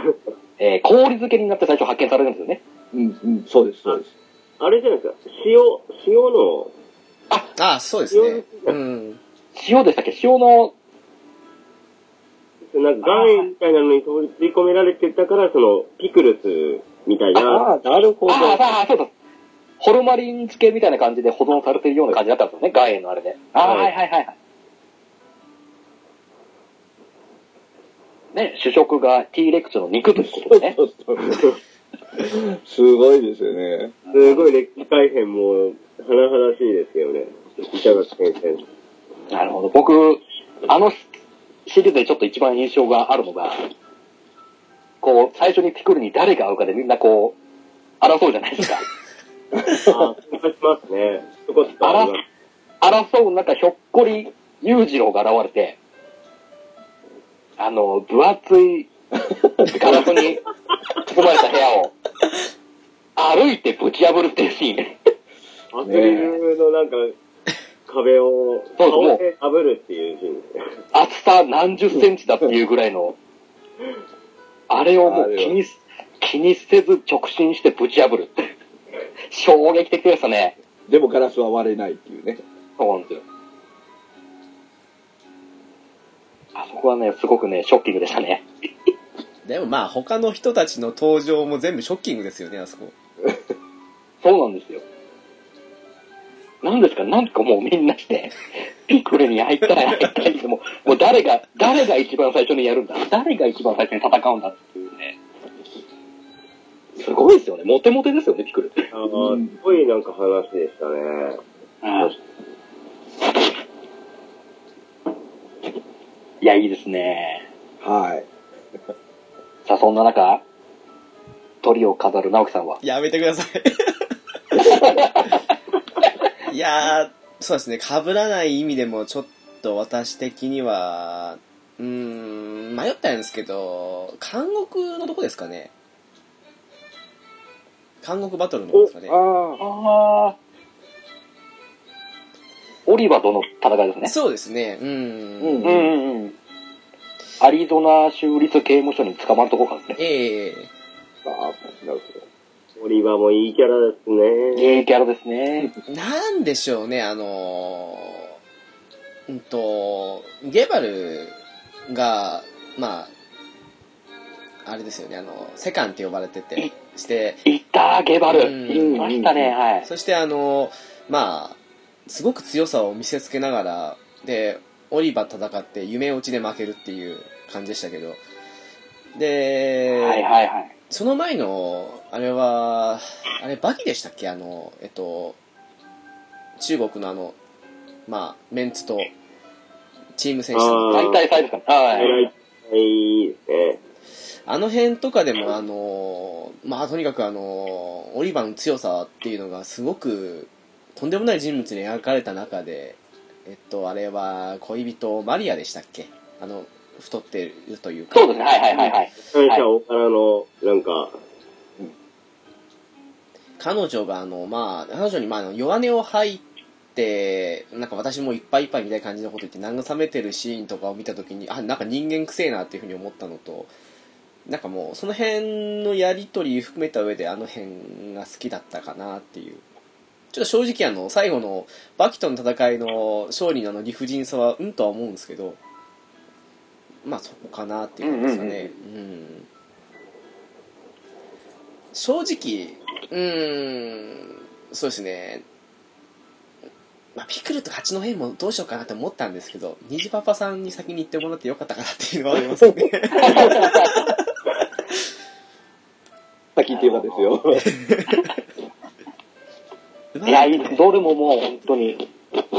Speaker 2: えー氷漬けになって最初発見されるんですよね。
Speaker 4: うん、うん、そうです、そうです。
Speaker 3: あれじゃないですか。塩、塩
Speaker 1: う
Speaker 3: の、
Speaker 1: んあ、そうですね。うん。
Speaker 2: 塩でしたっけ塩の、
Speaker 3: なんか岩塩みたいなのに取り込められてたから、その、ピクルスみたいな。
Speaker 4: ああ、なるほど。
Speaker 2: ああ、あーそうだ。ホルマリン漬けみたいな感じで保存されているような感じだったんですよね。岩塩のあれで。ああ、
Speaker 3: は
Speaker 2: はいいはいはいはい。ね、主食が T レックスの肉ということでね。
Speaker 4: そうそうそうすごいですよね。
Speaker 3: すごい歴史改変も、華々しいですけどね。板垣先生の。
Speaker 2: なるほど。僕、あのシリーズでちょっと一番印象があるのが、こう、最初にピクルに誰が合うかでみんなこう、争うじゃないですか。
Speaker 3: あ、参加しますね。そこっとあります。
Speaker 2: 争う中、ひょっこり、裕次郎が現れて、あの、分厚いガラスに包まれた部屋を歩いてぶち破るっていうシーン。
Speaker 3: アクリルのなんか、壁を、
Speaker 2: そうそう
Speaker 3: 顔で炙るっていうシーンですね。
Speaker 2: 厚さ何十センチだっていうぐらいの、あれをもう気にす、気にせず直進してぶち破るって。衝撃的でしたね。
Speaker 4: でもガラスは割れないっていうね。
Speaker 2: そうなんですよ。あそこはね、すごくね、ショッキングでしたね。
Speaker 1: でもまあ他の人たちの登場も全部ショッキングですよねあそこ
Speaker 2: そうなんですよ。なんですか、なんかもうみんなして、ピクルに入ったら入ったりして、もうもう誰が、誰が一番最初にやるんだ誰が一番最初に戦うんだっていうね。すごいですよね。モテモテですよね、ピクル。
Speaker 3: あのすごいなんか話でしたね。
Speaker 2: いや、いいですね。
Speaker 4: はい。
Speaker 2: さあ、そんな中、トリを飾る直樹さんは、
Speaker 1: やめてくださいいやーそうですねかぶらない意味でもちょっと私的にはうーん迷ったんですけど監獄のとこですかね監獄バトルのとこですかね
Speaker 4: あ
Speaker 2: ああ。オリバーとの戦いですね。
Speaker 1: そうですねうん、
Speaker 4: うん
Speaker 2: んうん。アリゾナ州立刑務所に捕まるとこからね。
Speaker 1: ええ
Speaker 4: あ、なる
Speaker 3: オリバーもいいキャラですね。
Speaker 2: いいキャラですね。
Speaker 1: なんでしょうね、あのー、うんと、ゲバルが、まあ、あれですよね、あの、セカンって呼ばれてて、して、
Speaker 2: いったー、ゲバル。
Speaker 1: うん
Speaker 2: いましたね、はい。
Speaker 1: そしてあの、まあ、すごく強さを見せつけながら、で、オリバー戦って夢落ちで負けるっていう感じでしたけど、で、
Speaker 2: はいはいはい。
Speaker 1: その前の、あれは、あれ、バキでしたっけあの、えっと、中国のあの、まあ、メンツと、チーム選手
Speaker 3: あ
Speaker 1: の
Speaker 3: ー
Speaker 2: 大体最後ですから。は。
Speaker 3: はいい。いいですね。
Speaker 1: あの辺とかでも、あの、まあ、とにかくあの、オリバーの強さっていうのがすごく、とんでもない人物に描かれた中で、えっと、あれは、恋人、マリアでしたっけあの、太ってるというか。
Speaker 2: そうですね、はいはいはいはい。
Speaker 3: 感謝おからの、なんか、
Speaker 1: 彼女があの、まあ、彼女にまああの弱音を吐いて、なんか私もいっぱいいっぱいみたいな感じのこと言って慰めてるシーンとかを見たときに、あ、なんか人間くせえなっていうふうに思ったのと、なんかもうその辺のやりとり含めた上であの辺が好きだったかなっていう。ちょっと正直あの、最後のバキとの戦いの勝利のあの理不尽さはうんとは思うんですけど、まあそこかなっていう感じですかね。うん。正直、うーん、そうですね。まあ、ピクルと八戸もどうしようかなと思ったんですけど、虹パパさんに先に行ってもらってよかったかなっていうのはありますね。
Speaker 4: ほど。先行ってよかったですよ。
Speaker 1: うま
Speaker 2: [laughs] いや、いいです。どれももう本当に、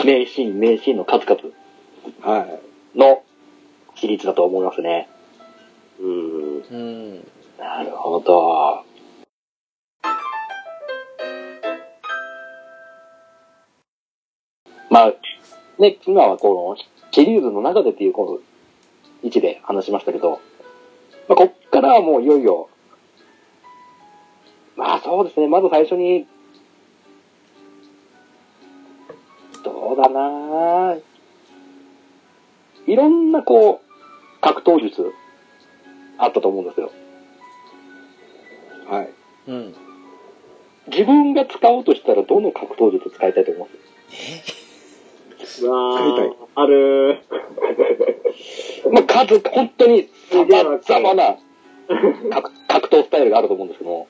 Speaker 2: 名シーン、名シーンの数々
Speaker 4: はい。
Speaker 2: のシリーズだと思いますね。
Speaker 3: うん。
Speaker 1: うん。
Speaker 2: なるほど。まあ、ね、今はこの、シリーズの中でっていうこの位置で話しましたけど、まあ、こっからはもういよいよ、まあそうですね、まず最初に、どうだなぁいろんなこう、格闘術、あったと思うんですよ。
Speaker 4: はい。
Speaker 1: うん。
Speaker 2: 自分が使おうとしたらどの格闘術使いたいと思い
Speaker 3: うわ
Speaker 4: 作り
Speaker 3: ー、ある
Speaker 2: ますまあ、数、本当に
Speaker 3: すげえわ
Speaker 2: 様
Speaker 3: かる
Speaker 2: 々な格格闘スタイルがあると思うんですけども、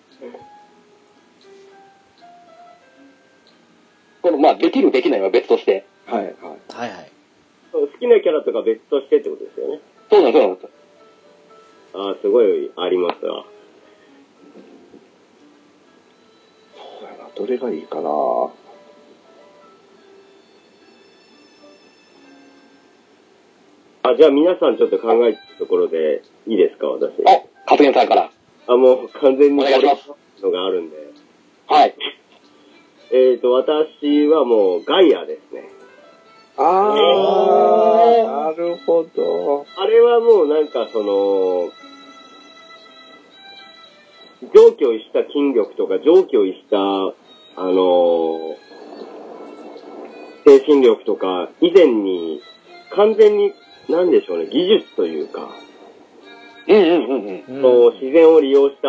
Speaker 2: この、まあ、できる、できないは別として。
Speaker 4: はい。はい。
Speaker 1: はいはい。
Speaker 3: 好きなキャラとか別としてってことですよね。
Speaker 2: そうなんです、そうなんです。
Speaker 3: あーすごいありますわ。
Speaker 4: そうやな。どれがいいかな。
Speaker 3: あ、じゃあ皆さんちょっと考えてるところでいいですか、私。
Speaker 2: あ、カツゲンさんから。
Speaker 3: あ、もう完全に
Speaker 2: お願いします
Speaker 3: のがあるんで。
Speaker 2: はい。
Speaker 3: えーと、私はもうガイアですね。
Speaker 4: ああ、なるほど。
Speaker 3: あれはもうなんかその、上気を逸した筋力とか上気を逸した、あの、精神力とか以前に完全に、なんでしょうね、技術というか、
Speaker 2: うんうんうんうん。
Speaker 1: うん
Speaker 3: そう自然を利用した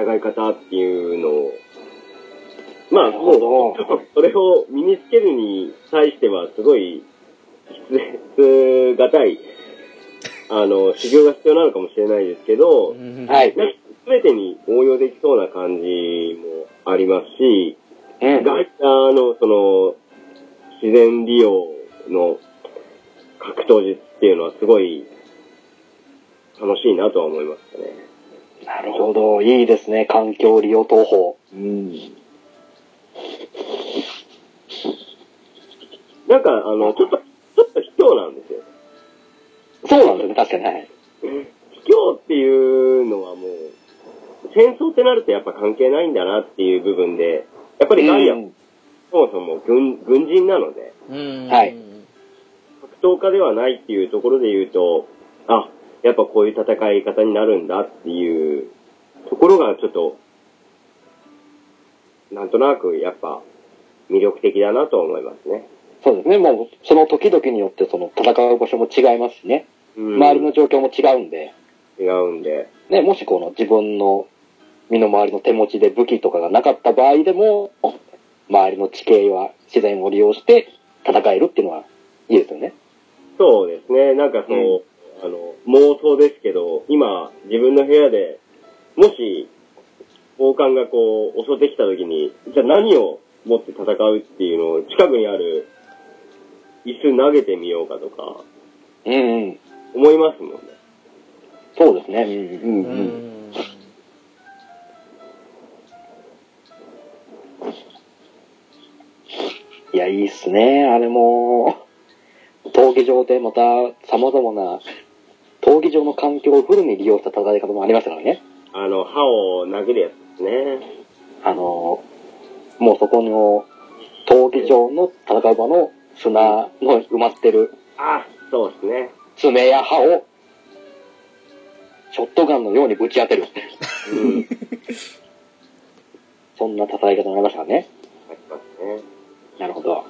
Speaker 3: 戦い方っていうのを、まあ、
Speaker 2: なるほど
Speaker 3: もう、ちょっとそれを身につけるに対しては、すごい、必須
Speaker 2: [laughs]
Speaker 3: がたい、あの、修行が必要なのかもしれないですけど、
Speaker 1: うん
Speaker 2: はい。
Speaker 3: すべてに応用できそうな感じもありますし、
Speaker 2: うん。
Speaker 3: ガイターの、その、自然利用の格闘術っていうのは、すごい、楽しいなとは思いましたね。
Speaker 2: なるほど。いいですね。環境利用投法。
Speaker 4: うん。
Speaker 3: なんか、あの、ちょっと、ちょっと卑怯なんですよ。
Speaker 2: そうなんですね。確かに。はい。
Speaker 3: 卑怯っていうのはもう、戦争ってなるとやっぱ関係ないんだなっていう部分で、やっぱりガイア、
Speaker 2: うん
Speaker 3: そもそも軍軍人なので、
Speaker 1: うん
Speaker 2: はい
Speaker 3: 格闘家ではないっていうところで言うと、あ、やっぱこういう戦い方になるんだっていうところがちょっと、なんとなくやっぱ魅力的だなと思いますね。
Speaker 2: そうですね。もう、その時々によって、その、戦う場所も違いますしね。
Speaker 3: うん
Speaker 2: 周りの状況も違うんで、
Speaker 3: 違うんで。
Speaker 2: ね、もしこの自分の身の回りの手持ちで武器とかがなかった場合でも、周りの地形は自然を利用して戦えるっていうのはいいですよね。
Speaker 3: そうですね。なんかその、あの、妄想ですけど、今、自分の部屋で、もし、暴漢がこう、襲ってきた時に、じゃあ何を持って戦うっていうのを、近くにある、椅子投げてみようかとか、
Speaker 2: うんうん。
Speaker 3: 思いますもんね。
Speaker 2: そうですね。うん
Speaker 1: う
Speaker 2: うんうん。
Speaker 1: ん
Speaker 2: いや、いいっすね。あれも、闘技場でまた様々な、闘技場の環境をフルに利用した戦い方もありましたからね。
Speaker 3: あの、歯を投げるやつですね。
Speaker 2: あの、もうそこの、闘技場の戦い場の砂の埋まってる
Speaker 3: あ、そうですね。
Speaker 2: 爪や歯を、ショットガンのようにぶち当てる。
Speaker 3: うん。
Speaker 2: そんな戦い方になりましたからね。
Speaker 3: ありますね。
Speaker 2: なるほど。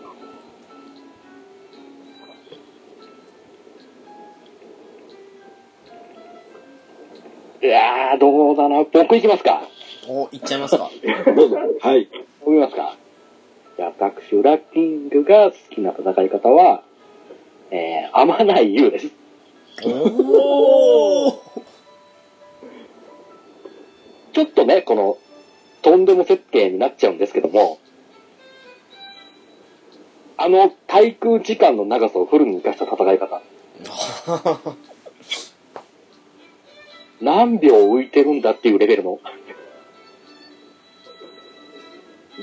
Speaker 2: いやー、どうだな。僕行きますか。
Speaker 1: おいっちゃいますか
Speaker 4: どうぞ。はい。
Speaker 2: 僕行きますか。じゃあ、私、ウラキングが好きな戦い方は、えー、天内優です。
Speaker 1: おお
Speaker 2: ちょっとね、この、とんでも設計になっちゃうんですけども、あの、滞空時間の長さをフルに活かした戦い方。何秒浮いてるんだっていうレベルの。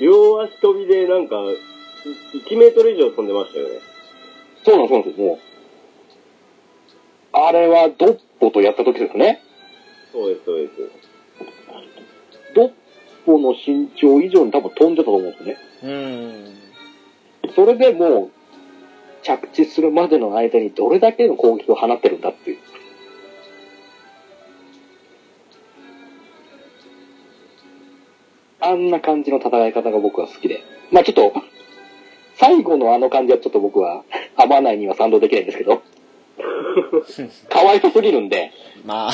Speaker 3: 両足飛びで、なんか、1メートル以上飛んでましたよね。
Speaker 2: そうなんですそうなんです、もう。あれはドッポとやった時ですね。
Speaker 3: そうです、そうです。
Speaker 2: ドッポの身長以上に多分飛んでたと思うんですね。
Speaker 1: うん
Speaker 2: それでもう、着地するまでの間にどれだけの攻撃を放ってるんだっていう。あんな感じの戦い方が僕は好きで。まあちょっと、最後のあの感じはちょっと僕は、合わないには賛同できないんですけど、かわいそすぎるんで、
Speaker 1: まあ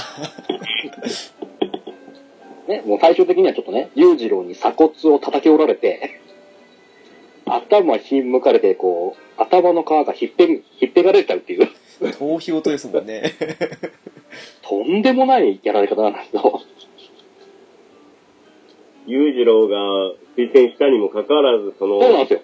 Speaker 2: ね、もう最終的にはちょっとね、裕次郎に鎖骨を叩き折られて、頭ひんむかれて、こう、頭の皮がひっぺり、ひっぺられちゃうっていう、
Speaker 1: 逃避音ですもんね
Speaker 2: とんでもないやられ方なんですけど、
Speaker 3: 裕次郎が推薦したにもかかわらず、その、
Speaker 2: そうなんですよ。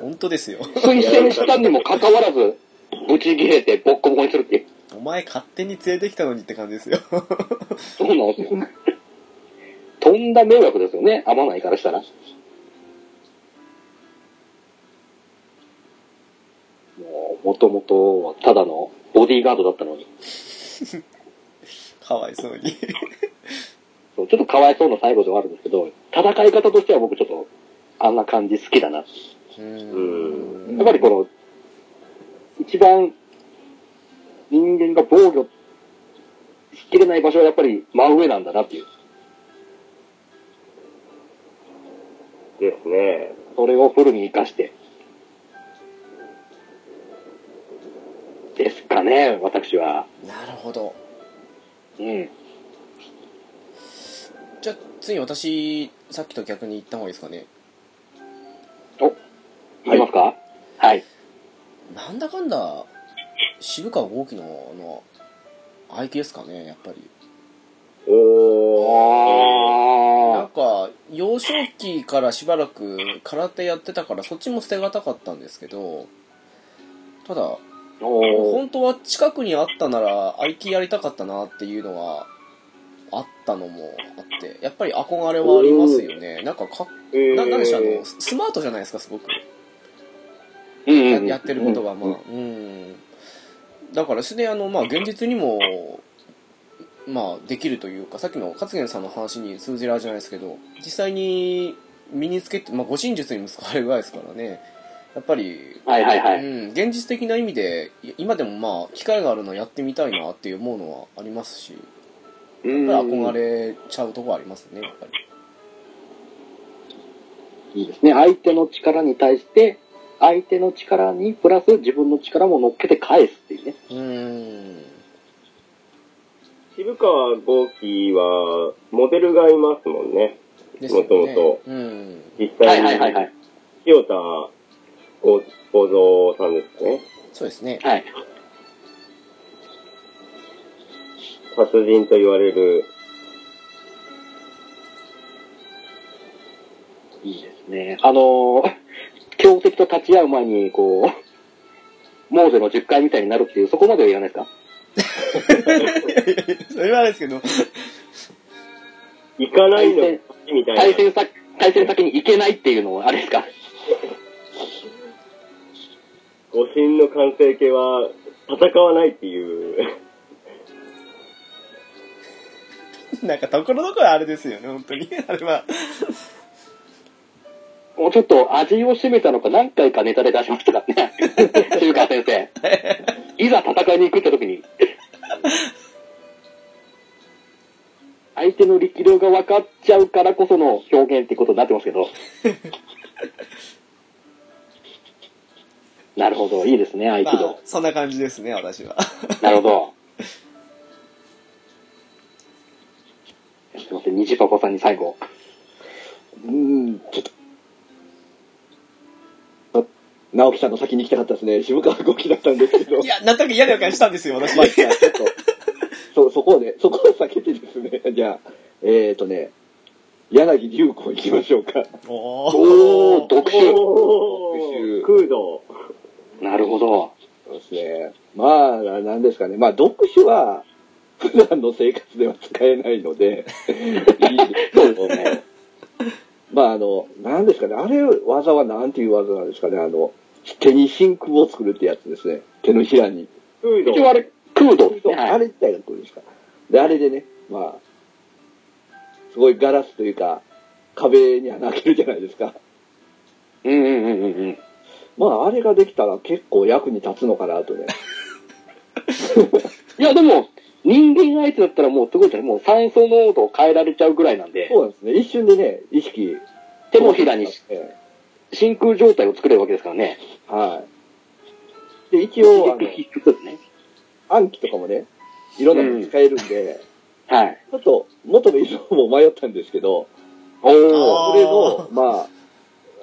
Speaker 1: 本当ですよ
Speaker 2: 推薦したにもかかわらず、ぶち切れてボッコボコにするっていう、
Speaker 1: お前勝手に連れてきたのにって感じですよ [laughs]
Speaker 2: そうなんですよ。とんだ迷惑ですよね、天内からしたら。もう、もともとはただのボディーガードだったのに、
Speaker 1: かわいそうに
Speaker 2: そうちょっとかわいそうな最後ではあるんですけど、戦い方としては僕ちょっと、あんな感じ好きだな。や
Speaker 1: う
Speaker 3: ー
Speaker 2: っぱりこの、一番、人間が防御しきれない場所はやっぱり真上なんだなっていう。
Speaker 3: ですね。
Speaker 2: それをフルに活かして。ですかね、私は。
Speaker 1: なるほど
Speaker 2: うん。
Speaker 1: じゃあ次私さっきと逆に言った方がいいですかね
Speaker 2: お、いきますかはい。
Speaker 1: なんだかんだ渋川豪樹のあの相手ですかねやっぱり
Speaker 3: おー。
Speaker 1: なんか幼少期からしばらく空手やってたからそっちも捨てがたかったんですけどただ
Speaker 2: おー
Speaker 1: 本当は近くにあったなら IT やりたかったなっていうのはあったのもあってやっぱり憧れはありますよねなんかかっ
Speaker 3: えー
Speaker 1: ななんでしょうあのススマートじゃないですかすごく
Speaker 2: うんうん
Speaker 1: や
Speaker 2: うん
Speaker 1: やってることがまあうんだからですねあのまあ現実にもまあできるというかさっきの勝元さんの話に通じるあれじゃないですけど実際に身につけてまあ護身術にも使われるぐらいですからねやっぱり
Speaker 2: はいはいは
Speaker 1: う
Speaker 2: い。
Speaker 1: ん、現実的な意味でい今でもまあ機会があるのはやってみたいなって思うのはありますし
Speaker 2: うん
Speaker 1: やっぱり憧れちゃうとこありますねやっぱり
Speaker 2: いいですね。相手の力に対して、相手の力にプラス自分の力も乗っけて返すっていうね。
Speaker 1: うん
Speaker 3: 渋川豪樹は、モデルがいますもんね。
Speaker 1: ですよね
Speaker 3: もともと
Speaker 1: うん
Speaker 3: 実
Speaker 2: は
Speaker 3: 際
Speaker 2: いはいはい
Speaker 3: に、
Speaker 2: はい。
Speaker 3: 清田幸三さんですね。
Speaker 1: そうですね
Speaker 2: はい。
Speaker 3: 殺人と言われる。
Speaker 2: いいですね。あのー、 [laughs] 強敵と立ち会う前に、こう、モーゼの10回みたいになるっていう、そこまではいらないですか
Speaker 1: [laughs] それはあれですけど
Speaker 3: 行かないの
Speaker 2: 対
Speaker 3: みたいな。
Speaker 2: 対戦先、対戦先に行けないっていうのはあれですか
Speaker 3: 誤信の完成形は戦わないっていう。
Speaker 1: [laughs] なんかところどころあれですよね本当に [laughs] あれは
Speaker 2: もうちょっと味を占めたのか何回かネタで出しましたから [laughs] ね。中川先生。いざ戦いに行くって時に。相手の力量が分かっちゃうからこその表現ってことになってますけ [laughs] ど。なるほど。いいですね、合
Speaker 1: ま
Speaker 2: 気
Speaker 1: あ
Speaker 2: 道。
Speaker 1: そんな感じですね私は
Speaker 2: なるほど。すいません、虹パパさんに最後。
Speaker 4: うん、ちょっと。あ直樹さんの先に行きたかったですね。渋川動きだったんですけど
Speaker 1: [laughs] い。やなんとなく嫌な予感したんですよ私
Speaker 4: まあ、じゃあちょっと、そ、そこをね、そこを避けてですね、 [laughs] じゃあ、えーとね、柳隆子行きましょうか。
Speaker 1: おー
Speaker 2: おー、独身。
Speaker 3: お [laughs]
Speaker 4: ー
Speaker 3: 空洞。
Speaker 2: なるほど。
Speaker 4: そうですね。まあ、なんですかね。まあ、読書は、普段の生活では使えないの [laughs] で、いいですけどね。まあ、あの、なんですかね。あれ、技はなんていう技なんですかね。あの、手に真空を作るってやつですね。手のひらに。
Speaker 3: 空洞。
Speaker 2: 一応あれ、空洞ですね。はい
Speaker 4: あれ自体が来るんですか。で、あれでね、まあ、すごいガラスというか、壁に穴開けるじゃないですか。 [laughs]
Speaker 2: うんうんうんうんうん。
Speaker 4: まあ、あれができたら結構役に立つのかな
Speaker 2: [laughs]
Speaker 4: とね。
Speaker 2: いや、でも、人間相手だったらもうすごいじゃないもう酸素濃度を変えられちゃうぐらいなんで、
Speaker 4: そうなんですね。一瞬でね、意識。
Speaker 2: 手のひらに
Speaker 4: え
Speaker 2: 真空状態を作れるわけですからね。
Speaker 4: えはい。で、一応、あの、
Speaker 2: 必須ですね。
Speaker 4: 暗記とかもね、いろんなのに使えるんで、
Speaker 2: はい。
Speaker 4: ちょっと、元の依存も迷ったんですけど、
Speaker 2: おー。
Speaker 1: あー
Speaker 4: それの、ま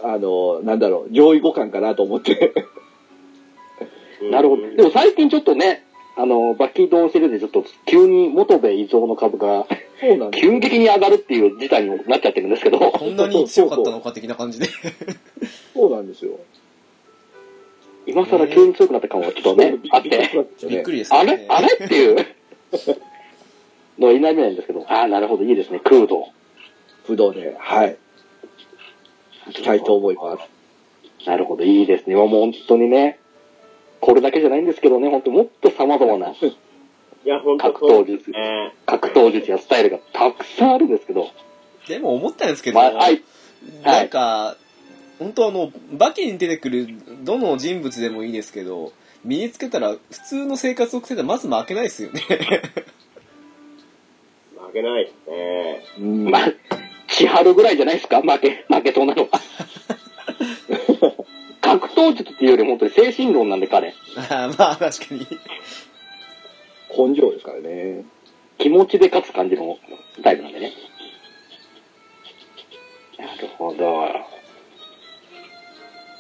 Speaker 4: あ、あの、なんだろう、上位互換かなと思って。 [laughs]
Speaker 3: うん
Speaker 2: なるほど。でも最近ちょっとね、あの、バキドンシリーズでちょっと急に元部依存の株が
Speaker 4: そうなんですよ
Speaker 2: 急激に上がるっていう事態にもなっちゃってるんですけど、
Speaker 1: こんなに強かったのか的な感じで
Speaker 4: そうなんですよ。
Speaker 2: 今更急に強くなった感はちょっとね、あっ
Speaker 4: びくりしま
Speaker 2: て、
Speaker 4: した
Speaker 1: びっ
Speaker 4: ね
Speaker 1: くりです
Speaker 2: あ
Speaker 1: よ
Speaker 2: れ
Speaker 4: [laughs]
Speaker 1: ね
Speaker 2: あれっていうのいないみたいなんですけど、ああ、なるほど、いいですね、空洞。
Speaker 4: 不動で、はい、行きたいと思います。
Speaker 2: なるほど、いいですね。もう本当にね、これだけじゃないんですけどね、本当もっと様々な
Speaker 3: いや、本当
Speaker 2: 格闘術、
Speaker 3: ね。
Speaker 2: 格闘術やスタイルがたくさんあるんですけど、
Speaker 1: でも思ったんですけど、
Speaker 2: まあ、はい、
Speaker 1: なんか、本当あの、バキに出てくるどの人物でもいいですけど、身につけたら、普通の生活を送ってたら、まず負けないですよね。 [laughs]
Speaker 3: 負けないですね。
Speaker 4: うん
Speaker 2: まあ、千春ぐらいじゃないですか負け、負けそうなのは。格闘術っていうより本当に精神論なんで彼。
Speaker 1: あーまあ、確かに。
Speaker 4: 根性ですからね。
Speaker 2: 気持ちで勝つ感じのタイプなんでね。なるほど。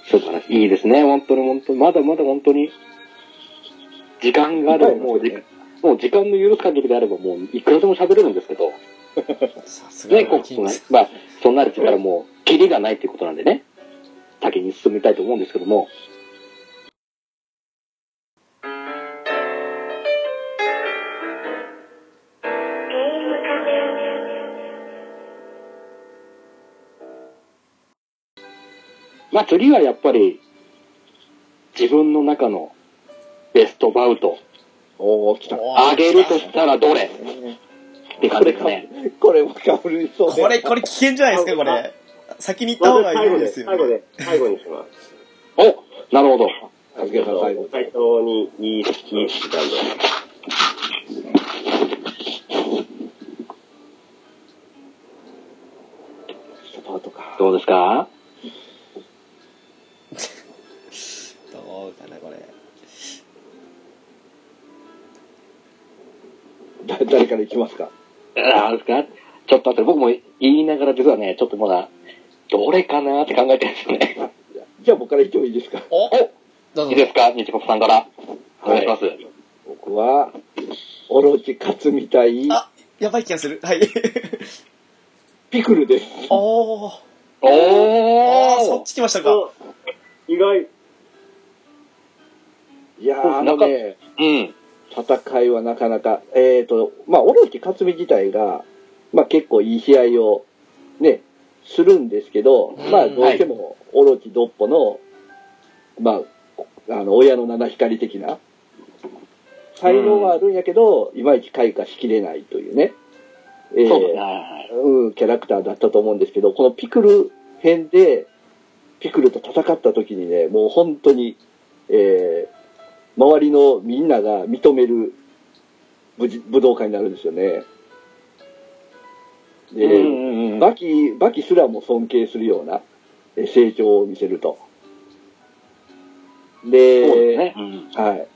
Speaker 2: 素晴らしい。いいですね。本当に本当に。まだまだ本当に。時間があればもう時間、もう時間の許す限りであればもういくらでも喋れるんですけど。
Speaker 1: さすが
Speaker 2: ね、こ
Speaker 1: の
Speaker 2: う、
Speaker 1: キングさん。
Speaker 2: まあ、そうなるとからもう、キリがないということなんでね、先に進みたいと思うんですけども。まあ、次はやっぱり、自分の中のベストバウト、
Speaker 4: おお、来た。
Speaker 1: おー
Speaker 2: 上げるとしたらどれって感じですね。
Speaker 4: これもかぶりそうで
Speaker 1: これ、これ危険じゃないですか、これ。先に行った方
Speaker 3: まず
Speaker 1: がい
Speaker 3: 最
Speaker 1: い
Speaker 3: 後
Speaker 1: で
Speaker 3: ですす、
Speaker 1: よ、
Speaker 3: 最後で、最後にします。
Speaker 2: おなるほど。
Speaker 4: かけさん最後。
Speaker 3: 最初にいい、いい時間で。
Speaker 4: スパートか。
Speaker 2: どうですか
Speaker 1: どうかな、これ。
Speaker 4: だ誰から行きますか
Speaker 2: あれですかちょっと待って、僕も言いながら実はね、ちょっとまだ、どれかなって考えてるんですよね。
Speaker 4: じゃあ僕から行ってもいいですか
Speaker 1: お
Speaker 2: お
Speaker 1: どう
Speaker 2: [laughs] いい
Speaker 1: ぞ
Speaker 2: で。すか日国さんから。お願いします。
Speaker 4: 僕は、オロチ勝つみたい、
Speaker 1: あ、やばい気がする。はい。
Speaker 4: ピクルです。
Speaker 1: おー。 [laughs] あー、そ
Speaker 2: お
Speaker 1: っち来ましたか。
Speaker 3: お意外、
Speaker 4: いやー、あのね、
Speaker 2: うん。
Speaker 4: 戦いはなかなか、えーと、まあ、オロチ勝つ自体が、まあ結構いい試合を、ね、するんですけど、まあ
Speaker 1: うん
Speaker 4: どうしても、オロチドッポの、まあ、あの、親の七光的な、才能はあるんやけど、いまいち開花しきれないというね、えー
Speaker 2: そうですね。はい
Speaker 4: うん、キャラクターだったと思うんですけど、このピクル編で、ピクルと戦った時にね、もう本当に、えー、周りのみんなが認める武士武道家になるんですよね。で、
Speaker 2: うんうんうん。
Speaker 4: バキ、バキすらも尊敬するようなえー成長を見せると。で、
Speaker 2: そうですね。うん
Speaker 4: はい。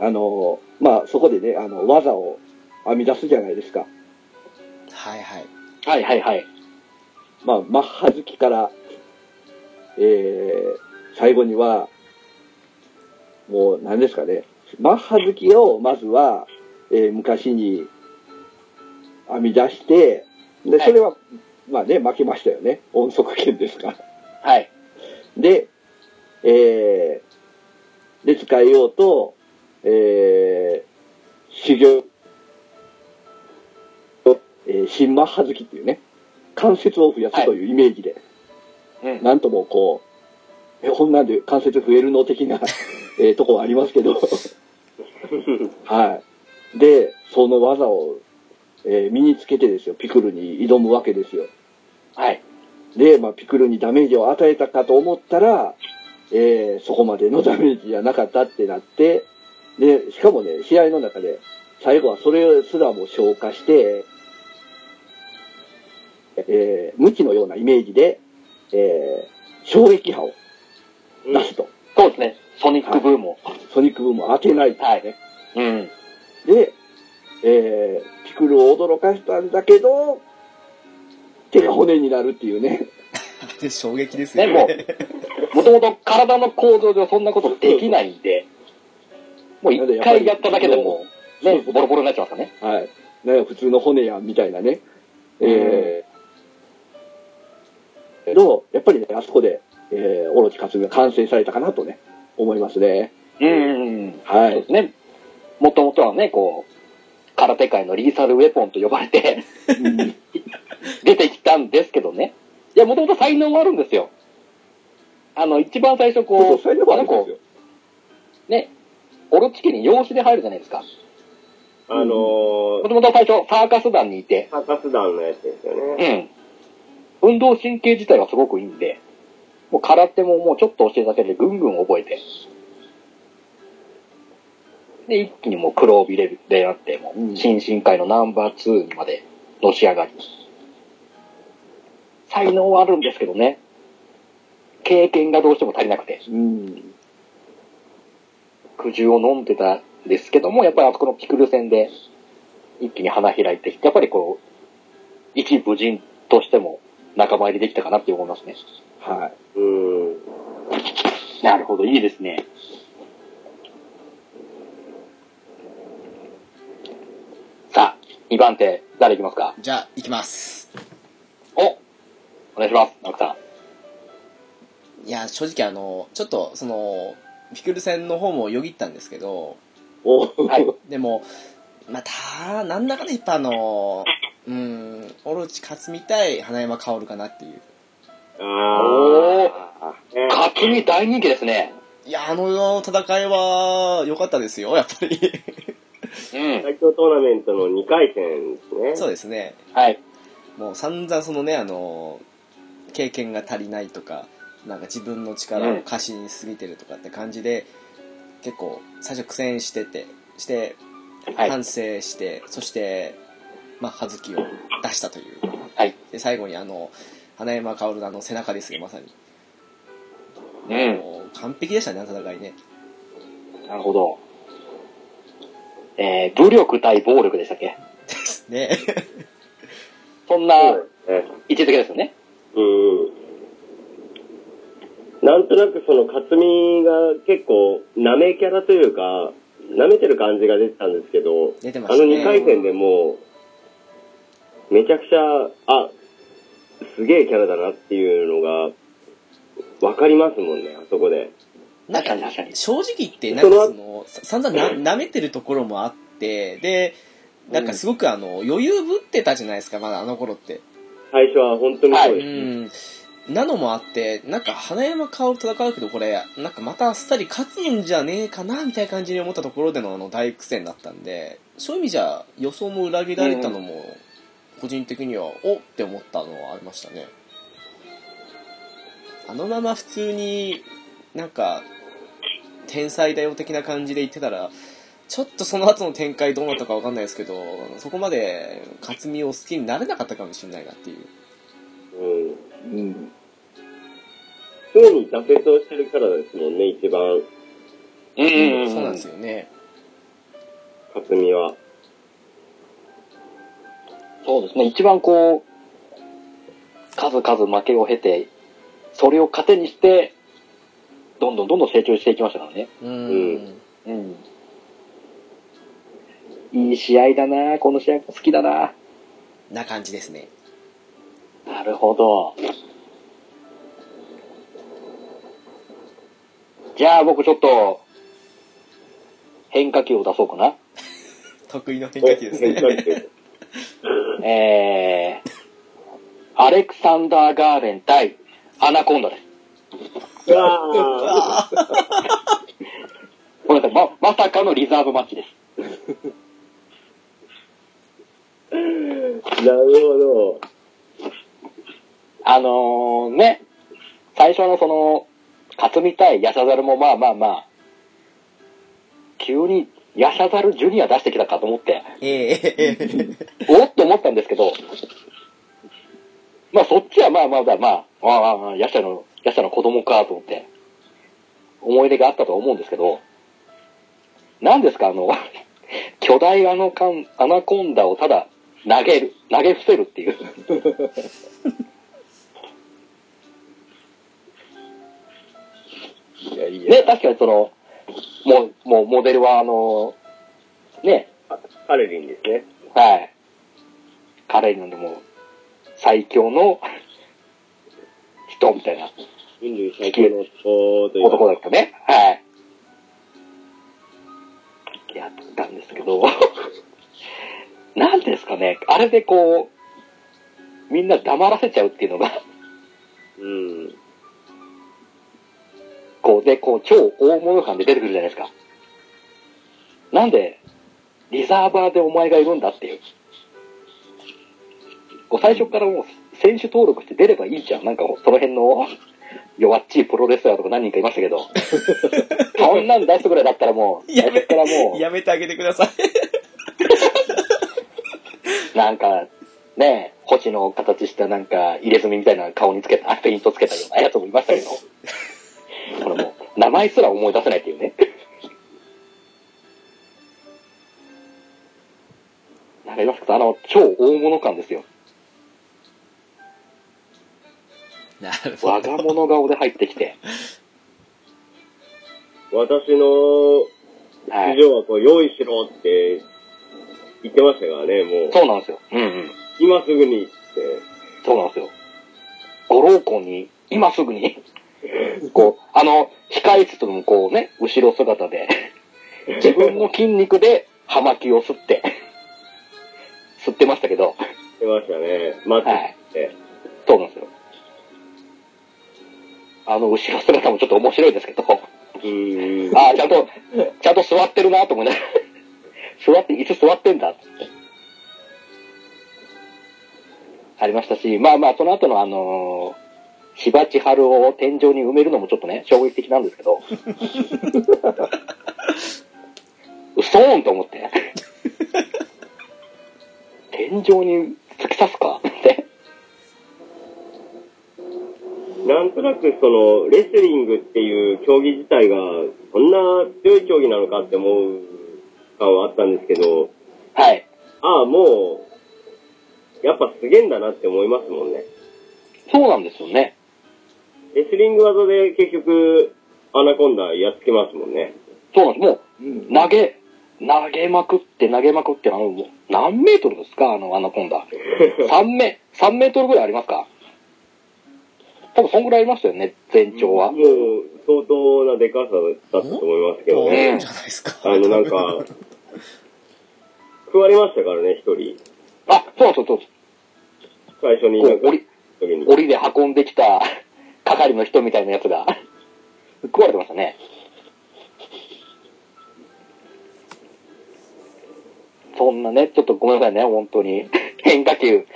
Speaker 4: あの、まあ、そこでね、あの、技を編み出すじゃないですか。
Speaker 1: はいはい。
Speaker 2: はいはいはい。
Speaker 4: まあ、マッハ好きから、えー、最後には、もう何ですかね、マッハ好きをまずは、えー昔に編み出して、で、
Speaker 2: はい
Speaker 4: それは、まあね、負けましたよね。音速剣ですから。
Speaker 2: はい。
Speaker 4: で、えー、で使いようと、えー、修行と、えー、新マッハ好きっていうね、関節を増やすというイメージで、
Speaker 2: うん
Speaker 4: なんともこう、え、こんなんで関節増えるの的な、えーとこはありますけど、はい。で、その技を、えー身につけてですよ、ピクルに挑むわけですよ。
Speaker 2: はい。
Speaker 4: で、まあ、ピクルにダメージを与えたかと思ったら、えーそこまでのダメージじゃなかったってなって、で、しかもね、試合の中で、最後はそれすらも消化して、えー無知のようなイメージで、えー衝撃波を
Speaker 3: うん
Speaker 4: 出すと。
Speaker 2: そうですね。ソニックブームを。
Speaker 4: ソニックブームを当てないというね。
Speaker 2: はいうん。
Speaker 4: で、えーピクルを驚かしたんだけど、手が骨になるっていうね。
Speaker 1: で衝撃です
Speaker 2: ね、
Speaker 1: よ [laughs]
Speaker 2: も
Speaker 1: ね。
Speaker 2: う、もともと体の構造上そんなことできないんで、もう一回やっただけでも、ね、ボロボロになっちゃいますからね。
Speaker 4: はい。なんか普通の骨やんみたいなね。えー、けど、やっぱりね、あそこで、えー、オロチ活動が完成されたかなとね、思いますね。
Speaker 2: うんうん。そう
Speaker 4: は
Speaker 2: で
Speaker 4: い。
Speaker 2: すね。もともとはね、こう、空手界のリーサルウェポンと呼ばれ
Speaker 4: [laughs]
Speaker 2: て
Speaker 4: うん
Speaker 2: 出てきたんですけどね。いや、もともと才能があるんですよ。あの、一番最初こ
Speaker 4: そういうの
Speaker 2: う、
Speaker 4: も
Speaker 2: あ
Speaker 4: ある
Speaker 2: の
Speaker 4: ん
Speaker 2: 子
Speaker 4: ですよ、。
Speaker 2: ね、オロチ家に養子で入るじゃないですか。
Speaker 3: あの
Speaker 2: も
Speaker 3: ー、
Speaker 2: ともと最初サーカス団にいて、
Speaker 3: サーカス団のやつですよ
Speaker 2: う
Speaker 3: ね。
Speaker 2: ん。運動神経自体はすごくいいんで、もう空手ももうちょっと教えただけでぐんぐん覚えて、で、一気にもう黒帯レベルであって、もう新進会のナンバー2にまでのし上がり。才能はあるんですけどね、経験がどうしても足りなくて、
Speaker 4: うん。
Speaker 2: 苦渋を飲んでたんですけども、やっぱりあそこのピクル戦で一気に花開いて、やっぱりこう、一武人としても仲間入りできたかなって思いますね。
Speaker 4: はい。
Speaker 3: うん。
Speaker 2: なるほど、いいですね。さあ、2番手、誰いきますか
Speaker 1: じゃあ、行きます。
Speaker 2: おお願いします、直木さん。
Speaker 1: いや、正直あの、ちょっと、その、ピクル戦の方もよぎったんですけど、
Speaker 4: お
Speaker 2: [laughs] はい
Speaker 1: でも、まあ、た、なんだかね、やっぱあの、うん、オロチ勝みたい花山薫かなっていう。
Speaker 3: あー。ね
Speaker 2: 勝つに大人気ですね。
Speaker 1: いや、あの戦いは、良かったですよ、やっぱ
Speaker 2: [laughs]
Speaker 1: り。
Speaker 2: うん。
Speaker 3: 最強トーナメントの2回戦ですね。
Speaker 1: そうですね。
Speaker 2: はい。
Speaker 1: もう散々そのね、あの、経験が足りないとか、なんか自分の力を過信しすぎてるとかって感じで、結構最初苦戦してて、して、
Speaker 2: はい
Speaker 1: 反省して、そして、まあ、葉月を出したという。
Speaker 2: はい
Speaker 1: で、最後にあの、花山薫のあの背中ですよ、まさに。
Speaker 2: うん。
Speaker 1: もう完璧でしたね、あの戦いね。 [laughs]
Speaker 2: なるほど。えー、武力対暴力でしたっけ
Speaker 1: ね
Speaker 2: そんな
Speaker 3: ね
Speaker 2: 位置づけですよね。
Speaker 3: うん。なんとなくその、克巳が結構、舐めキャラというか、舐めてる感じが出てたんですけど、
Speaker 1: 出てま
Speaker 3: あ
Speaker 1: した
Speaker 3: の
Speaker 1: ね。
Speaker 3: 2回戦でもう、めちゃくちゃ、あ、すげえキャラだなっていうのが、わかりますもんね、あそこで。
Speaker 1: なん
Speaker 2: 確か
Speaker 1: か
Speaker 2: に確かに。
Speaker 1: 正直言って、なんかその、さ散々な舐めてるところもあって、で、なんかすごくあの、余裕ぶってたじゃないですか、まだあの頃って。
Speaker 3: 最初は本当にそう
Speaker 1: う
Speaker 3: です。
Speaker 1: ん。なのもあって、なんか花山顔と戦うけど、これ、なんかまたあっさり勝つんじゃねえかな、みたいな感じに思ったところでのあの大苦戦だったんで、そういう意味じゃ予想も裏切られたのも、個人的には、おっって思ったのはありましたね。あのまま普通になんか、天才だよ的な感じで言ってたら、ちょっとその後の展開どうなったかわかんないですけど、そこまで勝美を好きになれなかったかもしれないなっていう。
Speaker 3: うん。
Speaker 4: うん。
Speaker 3: 常に挫折をしてるキャラですもんね、一番、
Speaker 2: うん
Speaker 1: そうなんですよね。
Speaker 3: 克巳は。
Speaker 2: そうですね、一番こう、数々負けを経て、それを糧にして、どんどんどんどん成長していきましたからね。
Speaker 1: う。
Speaker 3: うん
Speaker 2: うん。いい試合だなこの試合好きだな
Speaker 1: な感じですね。
Speaker 2: なるほど。じゃあ僕ちょっと、変化球を出そうかな。
Speaker 1: 得意の変化球ですね。
Speaker 3: 変化球
Speaker 2: えー、アレクサンダー・ガーレン対アナコンダです。
Speaker 3: うわ
Speaker 1: [laughs]
Speaker 3: ー
Speaker 2: ごめんなさい、ま、まさかのリザーブマッチです。
Speaker 3: なるほど。
Speaker 2: あのー、ね、最初のその、勝みたいヤシャザルもまあまあまあ、急にヤシャザルジュニア出してきたかと思って、
Speaker 1: [laughs] ええええ
Speaker 2: おっと思ったんですけど、まあそっちはまあまあまあまあ、まあまあまあ、ヤシャの、ヤシャの子供かと思って、思い出があったとは思うんですけど、なんですかあの、 [laughs] 巨大あのかんアナコンダをただ投げる、投げ伏せるっていう。
Speaker 4: いやいや。
Speaker 2: ね、確かにその、もう、もうモデルはあの、ね、
Speaker 3: カレリンですね。
Speaker 2: はい。彼なんでもう、最強の人みたいな
Speaker 3: 人類最強の男という
Speaker 2: 男だったね。はい。やったんですけど、 [laughs] なんですかね、あれでこう、みんな黙らせちゃうっていうのが、
Speaker 3: うん。
Speaker 2: こう、で、こう、超大物感で出てくるじゃないですか。なんで、リザーバーでお前がいるんだっていう。こう最初からもう、選手登録して出ればいいじゃん。なんかもう、その辺の、弱っちいプロレスラーとか何人かいまし
Speaker 1: [laughs]
Speaker 2: たけど、こんなん出すぐらいだったらもう、
Speaker 1: やめ
Speaker 2: 最初からも
Speaker 1: やめてあげてください。
Speaker 2: う、なんか、ね、星の形したなんか入れ墨みたいな顔につけた、フェイントつけたようなやつもいましたけど、これもう、名前すら思い出せないっていうね。なんか言いますけど、あの、超大物感ですよ。
Speaker 1: なる
Speaker 2: 我
Speaker 1: ほ
Speaker 2: が
Speaker 1: ど。
Speaker 2: 物顔で入ってきて、
Speaker 3: 私の
Speaker 2: は
Speaker 3: 市
Speaker 2: い。
Speaker 3: 場はこう用意しろって言ってましたからね、もう。
Speaker 2: そうなんですよ。うんうん。
Speaker 3: 今すぐにって。
Speaker 2: そうなんですよ。ご老婚に、今すぐに、 [laughs] こう、あの、控室ともこうね、後ろ姿で、 [laughs] 自分の筋肉で、葉巻を吸って、 [laughs] 吸ってましたけど、
Speaker 3: 出ましたね。待ってって。
Speaker 2: そうなんですよ。あの、後ろ姿もちょっと面白いですけど、
Speaker 3: うーん。
Speaker 2: ああ、ちゃんと、ちゃんと座ってるなと思いながら、 [laughs] 座って、いつ座ってんだって。ありましたし、まあまあ、その後のあのー、芝千春を天井に埋めるのもちょっとね、衝撃的なんですけど、 [laughs] うそーんと思って。 [laughs] 天井に突き刺すかって。
Speaker 3: なんとなくその、レスリングっていう競技自体が、そんな強い競技なのかって思う感はあったんですけど、
Speaker 2: はい。
Speaker 3: ああ、もう、やっぱすげえんだなって思いますもんね。
Speaker 2: そうなんですよね。
Speaker 3: レスリング技で結局、アナコンダやっつけますもんね。
Speaker 2: そうなんです。もう、
Speaker 4: うん。
Speaker 2: 投げ、投げまくって投げまくって、あの、もう何メートルですかあの、アナコンダ。3メ、三メートルぐらいありますか多分そんぐらいありましたよね、全長は
Speaker 3: もう。、相当なでかさだったと思いますけど
Speaker 1: 多
Speaker 3: ね。
Speaker 1: いんじゃないですか。
Speaker 3: あの、なん
Speaker 1: [laughs]
Speaker 3: か、食われましたからね、一人。
Speaker 2: あ、そうそうそう。
Speaker 3: 最初に
Speaker 2: こ
Speaker 3: なん
Speaker 2: う、
Speaker 3: か、
Speaker 2: 檻、
Speaker 3: 時に。
Speaker 2: 檻で運んできた [laughs] 係の人みたいなやつが、 [laughs] 食われてましたね。そんなね、ちょっとごめんなさいね、本当に。 [laughs] 変化球、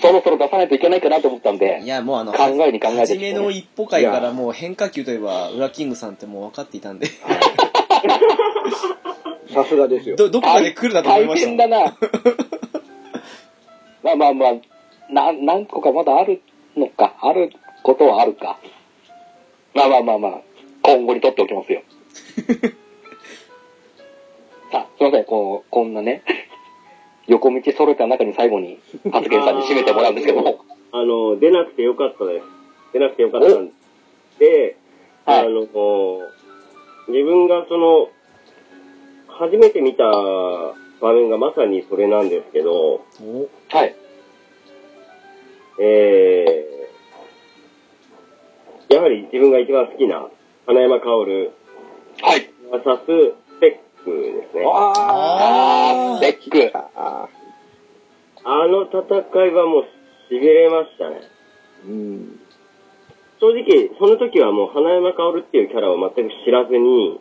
Speaker 2: そろそろ出さないといけないかなと思ったんで
Speaker 1: い。や、もうあの、
Speaker 2: 考えに考えて
Speaker 1: 初めの一歩会からもう変化球といえば、ウラキングさんってもう分かっていたんで、
Speaker 4: さすがですよ。
Speaker 1: ど、どこかで来るなと思いましたも
Speaker 2: 大変
Speaker 1: ん [laughs]
Speaker 2: だな。まあまあまあ、な何個かまだあるのか、あることはあるか。まあまあまあまあ、今後に取ってお
Speaker 1: [laughs]
Speaker 2: きますよ。さあ、すいません、こうこんなね、横道それた中に最後に、発言さんに締めてもらうんですけども。
Speaker 3: あの、出なくてよかったです。出なくてよかったんで、
Speaker 2: はい
Speaker 3: あの、自分がその、初めて見た場面がまさにそれなんですけど、
Speaker 1: お
Speaker 2: はい。
Speaker 3: えー、やはり自分が一番好きな、花山薫、
Speaker 2: はい。
Speaker 3: サススペックですね。
Speaker 2: あー、
Speaker 4: ー
Speaker 2: ベック。
Speaker 4: あ
Speaker 3: あの戦いはもう、痺れましたね。
Speaker 4: ーうん。
Speaker 3: 正直、その時はもう、花山薫っていうキャラを全く知らずに、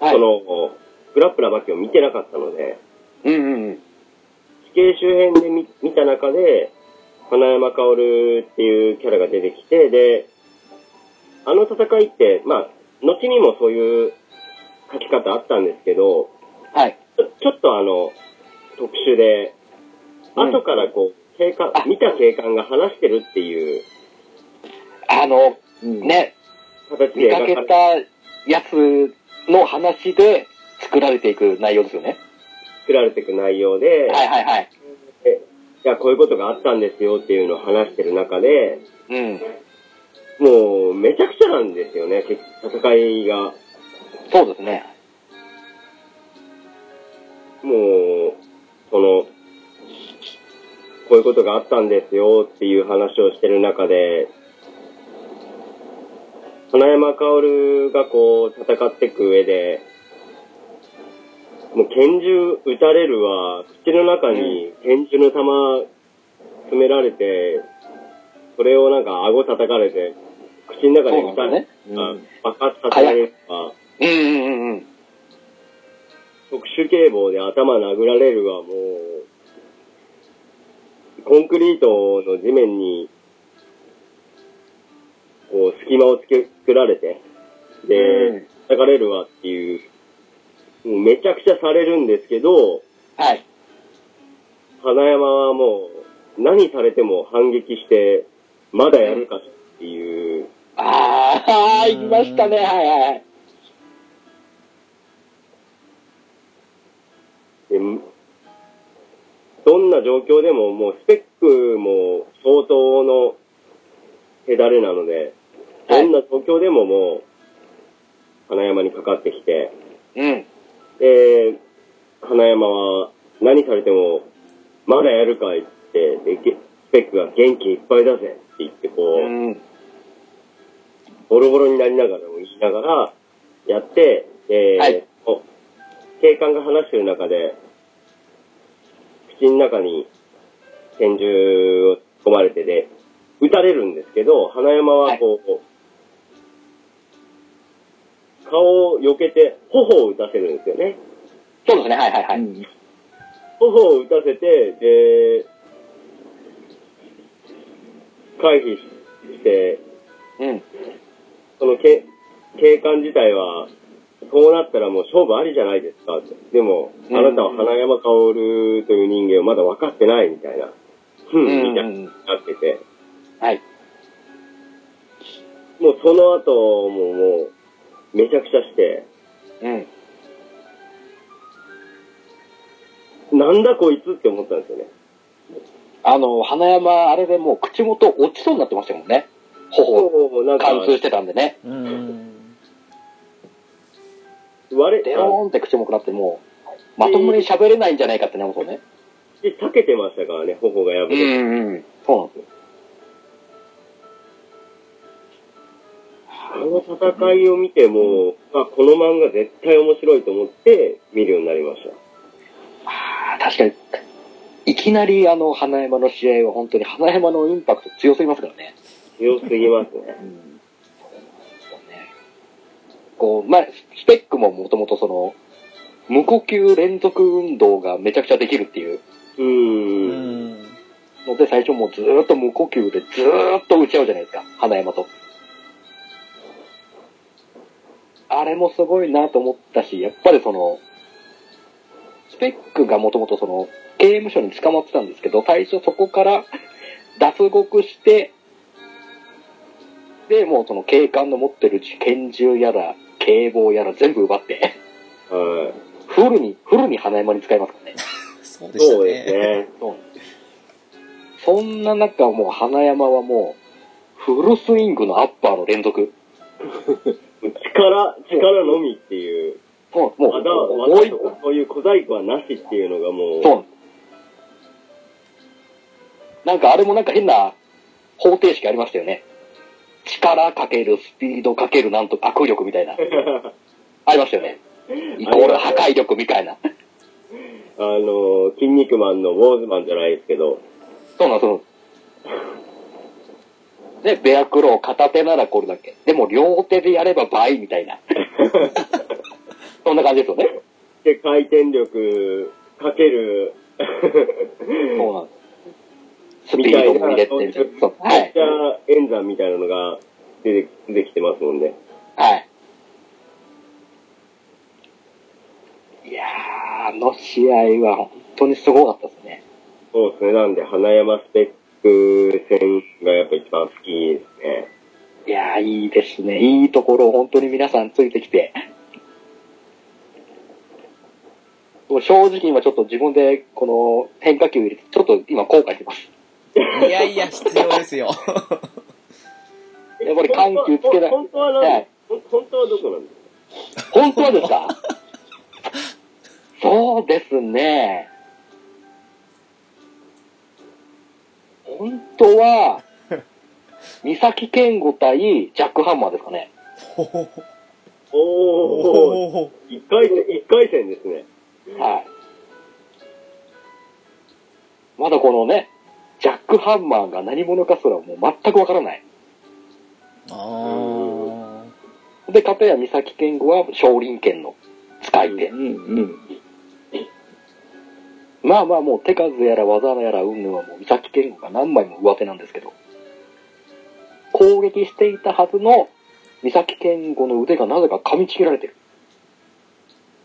Speaker 2: はい
Speaker 3: そ。の、グラップラーバキを見てなかったので、
Speaker 2: うんうんうん。
Speaker 3: 地形周辺で見見た中で、花山薫っていうキャラが出てきて、で、あの戦いって、まあ、後にもそういう書き方あったんですけど、
Speaker 2: はい。
Speaker 3: ちょちょっとあの、特殊で、
Speaker 2: うん
Speaker 3: 後からこう、警官
Speaker 2: あ、
Speaker 3: 見た警官が話してるっていう
Speaker 2: あの、
Speaker 4: うん。
Speaker 2: ね、
Speaker 3: 形
Speaker 2: 見
Speaker 3: で
Speaker 2: かけ
Speaker 3: 描
Speaker 2: た
Speaker 3: かれ
Speaker 2: やつの話で作られていく内容ですよね。
Speaker 3: 作られていく内容で、
Speaker 2: はいはいはい。
Speaker 3: でいや、こういうことがあったんですよっていうのを話してる中で、
Speaker 2: うん。
Speaker 3: もう、めちゃくちゃなんですよね、結戦いが。
Speaker 2: そうですね。
Speaker 3: もう、その、こういうことがあったんですよっていう話をしてる中で、花山薫がこう戦っていく上で、もう拳銃撃たれるわ、口の中に拳銃の弾詰められて、それをなんか顎叩かれて、口の中で撃たれて、
Speaker 4: そうなんだね
Speaker 3: あ爆発させられるわ。
Speaker 2: うんうんうんうん。
Speaker 3: 特殊警棒で頭殴られるはもう、コンクリートの地面にこう、隙間をつけ作られて、
Speaker 4: うん
Speaker 3: で、叩かれるわっていう、もうめちゃくちゃされるんですけど、
Speaker 4: はい。
Speaker 3: 花山はもう、何されても反撃して、まだやるかっていう、
Speaker 4: ああ、
Speaker 1: うん
Speaker 4: 行きましたね。はいはいはい。
Speaker 3: でどんな状況でももうスペックも相当の手だれなので、
Speaker 4: はい
Speaker 3: どんな状況でももう、花山にかかってきて、
Speaker 4: うん。
Speaker 3: で、花山は何されても、まだやるかいって、で、げスペックが元気いっぱいだぜって言って、こう、
Speaker 4: うん。
Speaker 3: ボロボロになりながらも言いながらやって、えー
Speaker 4: はい
Speaker 3: お警官が話してる中で、口の中に拳銃を突っ込まれてで、撃たれるんですけど、花山はこう、顔を避けて、頬を打たせるんですよね。
Speaker 2: そうですね、はいはいは
Speaker 4: う
Speaker 2: い。
Speaker 4: [laughs] ん
Speaker 3: 頬を打たせて、で、回避して、
Speaker 2: うん。
Speaker 3: そのけ警官自体は、こうなったらもう勝負ありじゃないですかって。でも、あ
Speaker 2: うん
Speaker 3: なたは花山薫という人間をまだ分かってないみたいな。ふん、みたいになってて。
Speaker 2: はい。
Speaker 3: もうその後ももう、めちゃくちゃして、
Speaker 2: うん。
Speaker 3: なんだこいつって思ったんですよね。
Speaker 2: あの、花山、あれでもう口元落ちそうになってましたもんね。頬、
Speaker 3: おおなんか、
Speaker 2: 貫通してたんでね。
Speaker 1: うん。
Speaker 3: 割
Speaker 2: デ
Speaker 3: れ、
Speaker 2: ローンって口もくなって、もう、まともに喋れないんじゃないかってなりますよね。
Speaker 3: で避けてましたからね、頬が破れて。
Speaker 2: んうん。そうなんですよ。
Speaker 3: あの戦いを見ても、あ、この漫画絶対面白いと思って見るようになりました。
Speaker 2: あー確かに、いきなりあの、花山の試合は本当に花山のインパクト強すぎますからね。
Speaker 3: 強すぎますね。
Speaker 2: こう、まあ、スペックももともとその、無呼吸連続運動がめちゃくちゃできるっていう
Speaker 1: う
Speaker 3: うーん。
Speaker 1: ん。
Speaker 2: ので、最初もうずーっと無呼吸でずーっと打ち合うじゃないですか、花山と。あれもすごいなと思ったし、やっぱりその、スペックがもともとその、刑務所に捕まってたんですけど、最初そこから脱獄して、で、もうその警官の持ってる拳銃やら、警棒やら全部奪って、
Speaker 3: はい。
Speaker 2: フルに、フルに花山に使いますからね。
Speaker 1: そうでした
Speaker 3: そうです
Speaker 1: ね。
Speaker 3: ね。
Speaker 2: そんな中、もう花山はもう、フルスイングのアッパーの連続。
Speaker 3: 力、力のみっていう、
Speaker 2: そうもう、
Speaker 3: 技は、
Speaker 2: 思い
Speaker 3: 技、とかそういう小細工はなしっていうのがもう、
Speaker 2: そう。なんかあれもなんか変な方程式ありましたよね。力かけるスピードかけるなんとか握力み [laughs] たいな。ありましたよね。イコール破壊力みたいな。
Speaker 3: あの、筋肉マンのウォーズマンじゃないですけど、
Speaker 2: そうなんそう。で、ベアクロー片手ならこれだけ。でも両手でやれば倍みたい
Speaker 3: [laughs]
Speaker 2: な。そんな感じですよね。
Speaker 3: で、回転力かける、
Speaker 2: そうなんです。スピードも入れて
Speaker 3: そうい
Speaker 2: る
Speaker 3: う。
Speaker 2: そうは
Speaker 3: めっ
Speaker 2: い
Speaker 3: ち。ゃ演算みたいなのが出て出てきてますもんね。
Speaker 2: はい。いやー、あの試合は本当にすごかったですね。
Speaker 3: そうですね。なんで、花山スペック戦がやっぱ一番好きですね。
Speaker 2: いやー、いいですね。いいところを本当に皆さんついてきて。もう正直今ちょっと自分でこの変化球入れて、ちょっと今後悔してます。
Speaker 1: いやいや、必要ですよ。
Speaker 2: やっぱり緩急つけない
Speaker 3: 本当は
Speaker 2: は
Speaker 3: 何
Speaker 2: い
Speaker 3: ほん本当はどこなんですか
Speaker 2: 本当はですかそうですね。本当は、三崎健吾対ジャックハンマーですかね。
Speaker 1: ほほほ
Speaker 3: お
Speaker 1: ほ
Speaker 3: ー、
Speaker 1: ほ
Speaker 3: 一回戦、一回戦ですね。
Speaker 2: はい。まだこのね、ジャックハンマーが何者かすらもう全くわからない。
Speaker 1: ほあ
Speaker 2: で、片や三崎健吾は少林拳の使い手
Speaker 4: う。んうん。
Speaker 2: まあまあもう手数やら技やら云々はもう三崎健吾が何枚も上手なんですけど、攻撃していたはずの三崎健吾の腕がなぜか噛みちぎられてる。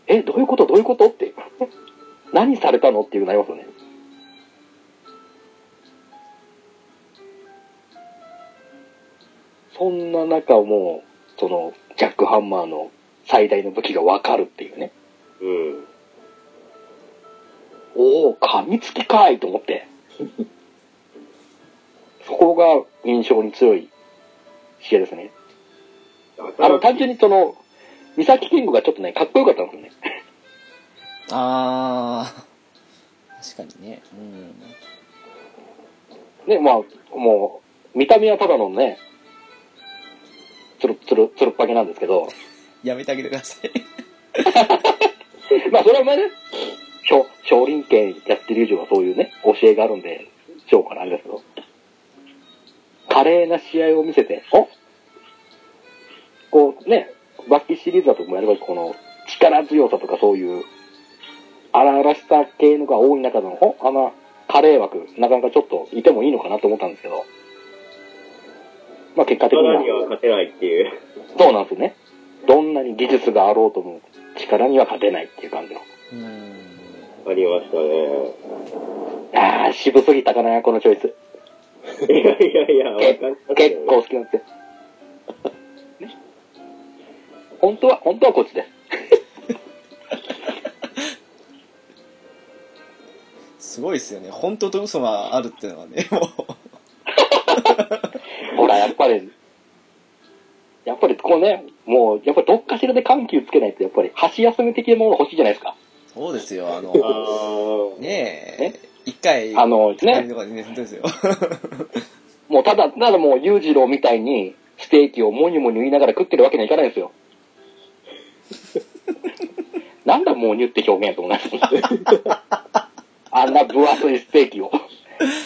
Speaker 2: え、どういうことどういうことって。 [laughs] 何されたのっていうなりますよね。そんな中もう、その、ジャックハンマーの最大の武器がわかるっていうね。
Speaker 3: うん。
Speaker 2: おお、噛みつきかいと思って。 [laughs] そこが印象に強い試合ですね。あの、単純にその、三崎健吾がちょっとね、かっこよかったんですよね。
Speaker 1: あー、確かにね。うん。
Speaker 2: ね、まあ、もう、見た目はただのね、つるつる、つるっぱげなんですけど、
Speaker 1: やめてあげてください。
Speaker 2: まあ、それはまあね、少少林拳やってる以上はそういうね、教えがあるんで、しょうからあれですけど、華麗な試合を見せて、おこうね、バッキシリーズだともやっぱりこの、力強さとかそういう、荒々しさ系のが多い中での、おあの、華麗枠、なかなかちょっといてもいいのかなと思ったんですけど、まあ結果的に
Speaker 3: 力
Speaker 2: は
Speaker 3: には勝てないっていう。
Speaker 2: そうなんですね。どんなに技術があろうとも、力には勝てないっていう感じの。
Speaker 1: うん。
Speaker 3: ありましたね。
Speaker 2: ああ、渋すぎたかな、このチョイス。
Speaker 3: いやいやいや、わ
Speaker 2: け
Speaker 3: かんない。
Speaker 2: 結構好きなんですよ。ね本当は、本当はこっちです。
Speaker 1: すごいですよね。本当と嘘があるっていうのはね、もう。
Speaker 2: ほら、やっぱり、やっぱりこうね、もう、やっぱりどっかしらで緩急つけないと、やっぱり箸休め的なもの欲しいじゃないですか。
Speaker 1: そうですよ、あの、
Speaker 3: あー
Speaker 1: ね
Speaker 2: え
Speaker 1: え、一回、
Speaker 2: あの
Speaker 1: 高め
Speaker 2: ね、
Speaker 1: とかでね、本当ですよ。 [laughs]
Speaker 2: もうただ、ただもう裕次郎みたいに、ステーキをモニュモニュ言いながら食ってるわけにはいかないで
Speaker 3: [laughs]
Speaker 2: すよ。なんだモニュって表現と思います。あんな分厚いステーキを。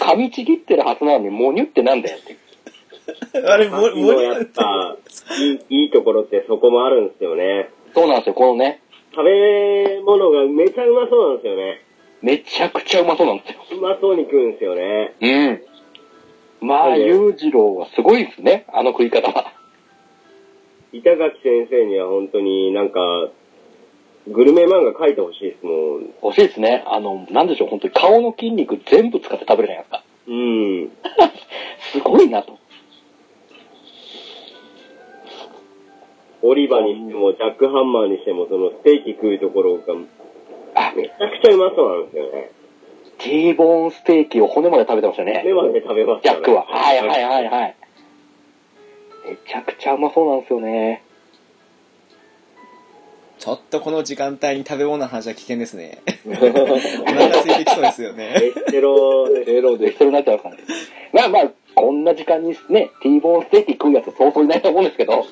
Speaker 2: 噛みちぎってるはずなのに、モニュってなんだよって。
Speaker 1: あれ、も
Speaker 3: さっ
Speaker 1: う、
Speaker 3: き
Speaker 1: も
Speaker 3: の
Speaker 1: う
Speaker 3: やっぱ、いい、いいところってそこもあるんですよね。
Speaker 2: そうなんですよ、このね、
Speaker 3: 食べ物がめちゃうまそうなんですよね。
Speaker 2: めちゃくちゃうまそうなんですよ。
Speaker 3: うまそうに食うんですよね。
Speaker 2: うん。まあ、
Speaker 3: そうね
Speaker 2: 裕次郎はすごいですね、あの食い方は。
Speaker 3: 板垣先生には本当になんか、グルメ漫画書いてほしいですもん。
Speaker 2: 欲しいですね。あの、なんでしょう、本当に顔の筋肉全部使って食べるじゃないですか。
Speaker 3: うん。
Speaker 2: すごいなと。
Speaker 3: オリバにしても、ジャックハンマーにしても、そのステーキ食うところが、
Speaker 2: あ、
Speaker 3: めちゃくちゃうまそうなんですよね。
Speaker 2: T ボーンステーキを骨まで食べてましたよね
Speaker 3: 目。まで食べまし
Speaker 2: ジ
Speaker 3: た
Speaker 2: ャ
Speaker 3: ね。
Speaker 2: ックは。はいはいはいはい。めちゃくちゃうまそうなんですよね。
Speaker 1: ちょっとこの時間帯に食べ物の話は危険ですね。お腹空いてきそうですよね。 [laughs]
Speaker 3: エッテロで
Speaker 4: エロ
Speaker 2: で、
Speaker 4: で
Speaker 2: それになっちゃうからね。まあまあ、こんな時間にね、T ボーンステーキ食うやつそうそういないと思うんですけど。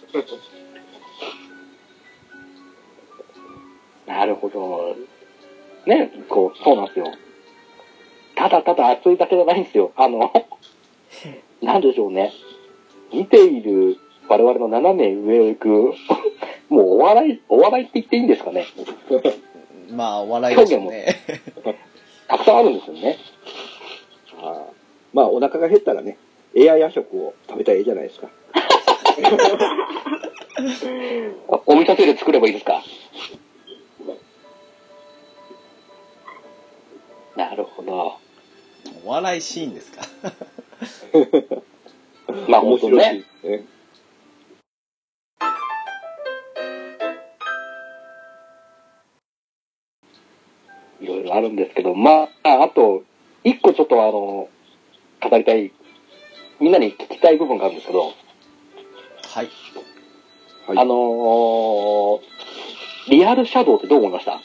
Speaker 2: なるほど。ね、こう、そうなんですよ。ただただ熱いだけじゃないんですよ。あの、なんでしょうね。見ている我々の斜め上を行く、もうお笑い、お笑いって言っていいんですかね。
Speaker 1: まあ、お笑いですよね。
Speaker 2: たくさんあるんですよね。
Speaker 4: あーまあ、お腹が減ったらね、エア夜食を食べたらいいじゃないですか。
Speaker 2: あお味噌汁作ればいいですかなるほど。
Speaker 1: お笑いシーンですか。
Speaker 2: まあ
Speaker 4: 面
Speaker 2: 本当
Speaker 4: 白い
Speaker 2: ね。
Speaker 4: し、ね。
Speaker 2: いろいろあるんですけど、まあ、あと、一個ちょっとあの、語りたい、みんなに聞きたい部分があるんですけど、
Speaker 1: はい。
Speaker 4: はい
Speaker 2: あのーリアルシャドウってどう思いました
Speaker 3: あ
Speaker 4: よっ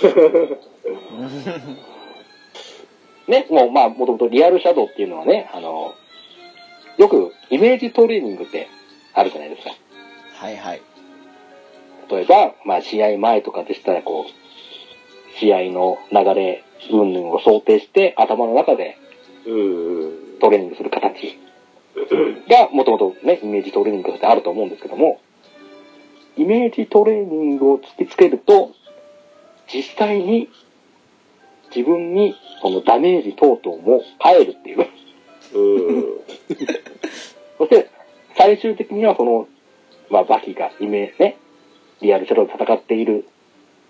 Speaker 4: しゃ
Speaker 3: ー
Speaker 4: あ
Speaker 2: ね、もうまあ、もともとリアルシャドウっていうのはね、あのよくイメージトレーニングってあるじゃないですか。
Speaker 1: はいはい。
Speaker 2: 例えば、まあ、試合前とかでしたら、こう、試合の流れ、云々を想定して、頭の中で
Speaker 3: うん。
Speaker 2: トレーニングする形が、もともとね、イメージトレーニングとしてあると思うんですけども、イメージトレーニングを突きつけると、実際に自分にそのダメージ等々も変えるっていう。
Speaker 3: うん。
Speaker 2: そして、最終的にはその、まあ、バキがイメージね、リアルシャドウで戦っている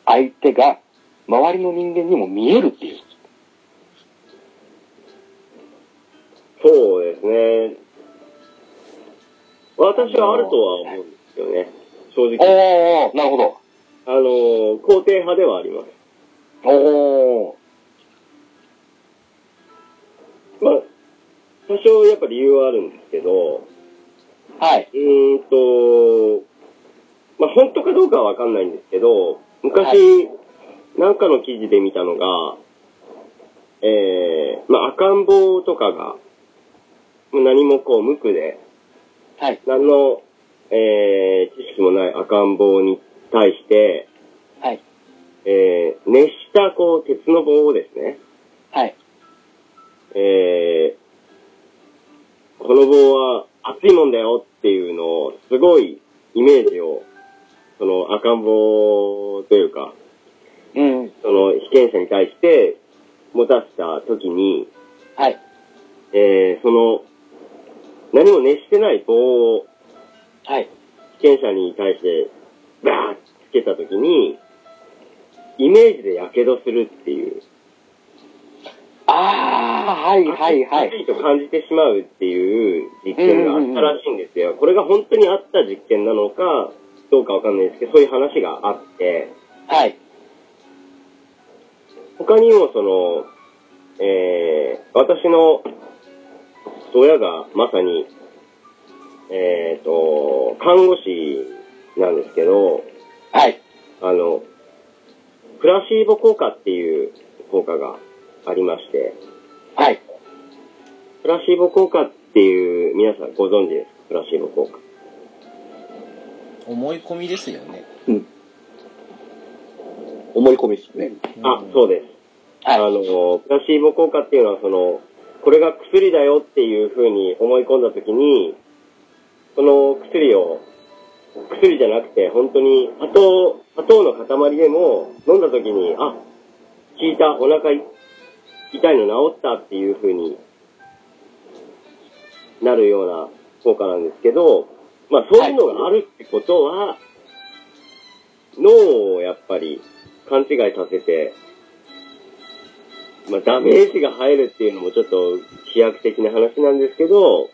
Speaker 2: 相手が、周りの人間にも見えるっていう。
Speaker 3: そうですね。私はあるとは思うんですよね。正直。
Speaker 2: おー、なるほど。
Speaker 3: あのー、肯定派ではあります。
Speaker 2: おー、
Speaker 3: まあ、多少やっぱ理由はあるんですけど、
Speaker 2: はい。
Speaker 3: うーんと、まあ本当かどうかはわかんないんですけど、昔、なんかの記事で見たのが、えー、まあ赤ん坊とかが、もう何もこう無垢で、
Speaker 2: はい。
Speaker 3: 何の、えー、知識もない赤ん坊に対して、
Speaker 2: はい。
Speaker 3: えー、熱したこう鉄の棒をですね、
Speaker 2: はい。
Speaker 3: えー、この棒は熱いもんだよっていうのを、すごいイメージを、その赤ん坊というか、
Speaker 2: うん。
Speaker 3: その被験者に対して持たせた時に、
Speaker 2: はい。
Speaker 3: えー、その、何も熱してない棒を
Speaker 2: はい。
Speaker 3: 被験者に対して、バーッてつけた時に、イメージで火傷するっていう。
Speaker 2: あー、はい、はい、は
Speaker 3: 熱
Speaker 2: い。
Speaker 3: いと感じてしまうっていう実験があったらしいんですよ。これが本当にあった実験なのか、どうかわかんないですけど、そういう話があって、
Speaker 2: はい。
Speaker 3: 他にもその、えー、私の親がまさに、えーと、看護師なんですけど、
Speaker 2: はい。
Speaker 3: あの、プラシーボ効果っていう効果がありまして、
Speaker 2: はい。
Speaker 3: プラシーボ効果っていう、皆さんご存知ですかプラシーボ効果。
Speaker 1: 思い込みですよね。
Speaker 4: 思い込みですね。
Speaker 3: あ、そうです。あ
Speaker 2: はい。
Speaker 3: の、プラシーボ効果っていうのは、その、これが薬だよっていうふうに思い込んだときに、その薬を、薬じゃなくて、本当に砂糖、砂糖の塊でも、飲んだときに、あ、効いた、お腹い痛いの治ったっていうふうになるような効果なんですけど、まあそういうのがあるってことは、脳をやっぱり勘違いさせて、まあ、ダメージが入るっていうのもちょっと飛躍的な話なんですけど、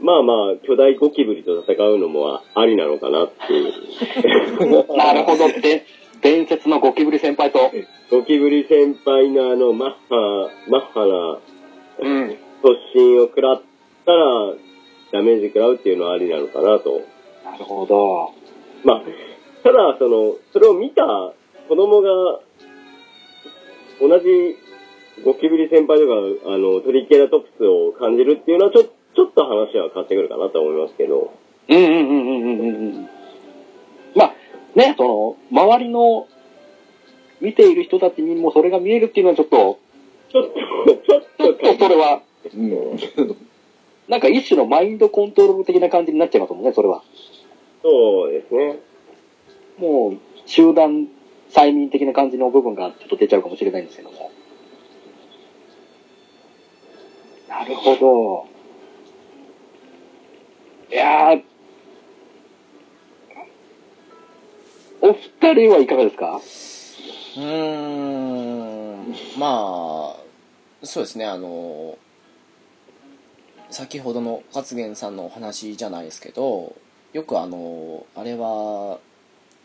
Speaker 3: まあまあ、巨大ゴキブリと戦うのもはありなのかなっていう。
Speaker 2: [laughs] なるほど。で、伝説のゴキブリ先輩と、
Speaker 3: ゴキブリ先輩のあの、マッハ、マッハな
Speaker 2: うん。
Speaker 3: 突進を食らったら、ダメージ食らうっていうのはありなのかなと。
Speaker 2: なるほど。
Speaker 3: まあ、ただ、その、それを見た子供が、同じゴキブリ先輩とか、あの、トリケラトプスを感じるっていうのは、ちょ、ちょっと話は変わってくるかなと思いますけど。
Speaker 2: うんうんうんうんうんうんうん。まあ、ね、その、周りの、見ている人たちにもそれが見えるっていうのはちょっと、
Speaker 3: ちょっと、ちょっ
Speaker 2: ちょっ
Speaker 3: と変
Speaker 2: とそれ
Speaker 3: わ
Speaker 2: は、
Speaker 4: うん。
Speaker 2: なんか一種のマインドコントロール的な感じになっちゃいますもんね、それは。
Speaker 3: そうですね。
Speaker 2: もう、集団催眠的な感じの部分がちょっと出ちゃうかもしれないんですけども。なるほど。いやー、お二人はいかがですか
Speaker 1: うーん、まあ、そうですね、あの、先ほどの勝元さんのお話じゃないですけど、よくあの、あれは、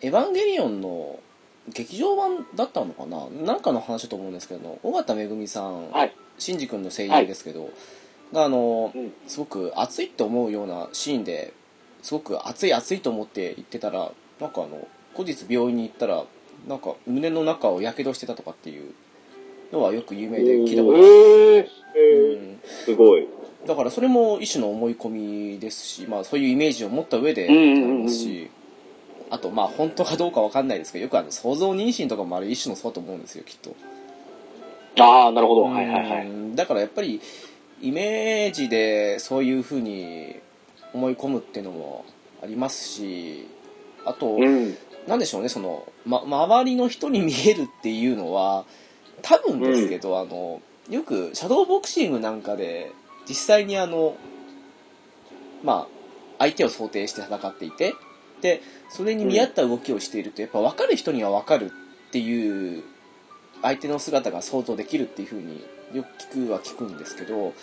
Speaker 1: エヴァンゲリオンの劇場版だったのかななんかの話だと思うんですけど、尾形めぐみさん、
Speaker 2: はい
Speaker 1: シンジ君の声優ですけど、があの、
Speaker 2: うん
Speaker 1: すごく熱いって思うようなシーンですごく熱い熱いと思って言ってたらなんかあの後日病院に行ったらなんか胸の中をやけどしてたとかっていうのはよく有名で聞いたことある、
Speaker 2: ええ
Speaker 3: え
Speaker 1: うん
Speaker 3: ー、すごい。
Speaker 1: だからそれも一種の思い込みですし、まあ、そういうイメージを持った上で
Speaker 2: うんうんうん
Speaker 1: なりますしあとまあ本当かどうかわかんないですけどよくあの想像妊娠とかもあれ一種のそうだと思うんですよきっと
Speaker 2: ああ、なるほど。はいはいは
Speaker 1: う
Speaker 2: い。
Speaker 1: んだからやっぱりイメージでそういうふうに思い込むっていうのもありますしあと
Speaker 2: うん。
Speaker 1: なんでしょうねその、ま、周りの人に見えるっていうのは多分ですけど、あの、よく、シャドーボクシングなんかで、実際にあの、まあ、相手を想定して戦っていて、で、それに見合った動きをしていると、やっぱ分かる人には分かるっていう、相手の姿が想像できるっていう風によく聞くは聞くんですけど、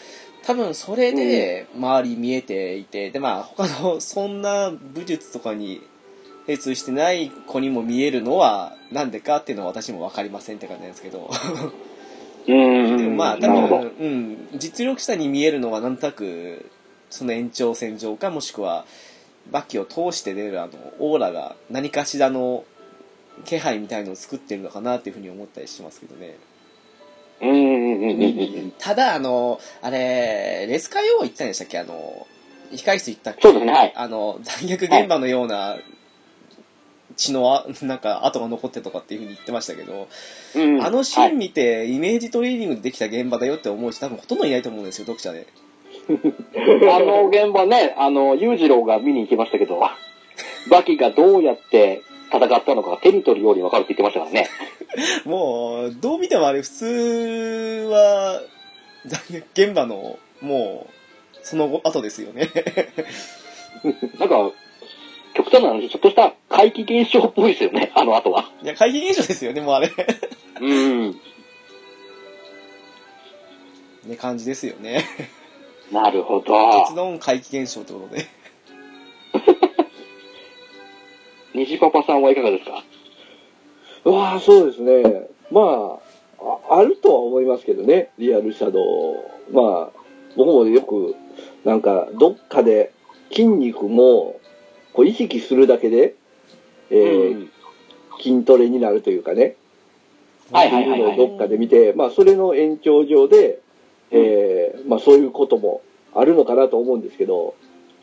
Speaker 1: 多分それで周り見えていて、で、まあ、他の、そんな武術とかに精通してない子にも見えるのはなんでかっていうのは私も分かりませんって感じなんですけど
Speaker 2: うん
Speaker 1: でもまあ多
Speaker 2: なるほ
Speaker 1: 分、うん、実力者に見えるのはなんとなくその延長線上かもしくはバキを通して出るあのオーラが何かしらの気配みたいのを作ってるのかなっていうふうに思ったりしますけどね
Speaker 2: ど。うんうんうんうんうん。
Speaker 1: ただあのあれレスカイ王行ったんでしたっけあの控室行ったっけ
Speaker 2: そうですね、はい。
Speaker 1: あの、残虐現場のような血のあ、なんか跡が残ってとかっていうふうに言ってましたけど、
Speaker 2: うん、
Speaker 1: あのシーン見て、イメージトレーニングでできた現場だよって思う人多分ほとんどいないと思うんですよ、読者で。
Speaker 2: あの現場ね、あの、裕次郎が見に行きましたけど、 [laughs] バキがどうやって戦ったのか、手に取るように分かるって言ってましたからね。
Speaker 1: もう、どう見てもあれ普通は、残虐現場の、もう、その後後ですよね。
Speaker 2: なんか、極端な話、ちょっとした怪奇現象っぽいですよね、 [laughs] あの後は。
Speaker 1: いや、怪奇現象ですよね、もうあれ。
Speaker 2: うん。
Speaker 1: ね、感じですよね。
Speaker 2: なるほど。
Speaker 1: 結論怪奇現象ってことで。
Speaker 2: 虹パパさんはいかがですか
Speaker 4: うわあ、そうですね。まああ、あるとは思いますけどね、リアルシャドウ。まあ、僕もよく、なんか、どっかで筋肉も、こう意識するだけで、えー
Speaker 2: うん
Speaker 4: 筋トレになるというかね、
Speaker 2: はい
Speaker 4: そう
Speaker 2: はいいは
Speaker 4: う
Speaker 2: い、
Speaker 4: の
Speaker 2: は
Speaker 4: を
Speaker 2: い。
Speaker 4: どっかで見て、まあ、それの延長上で、えーまあ、そういうこともあるのかなと思うんですけど、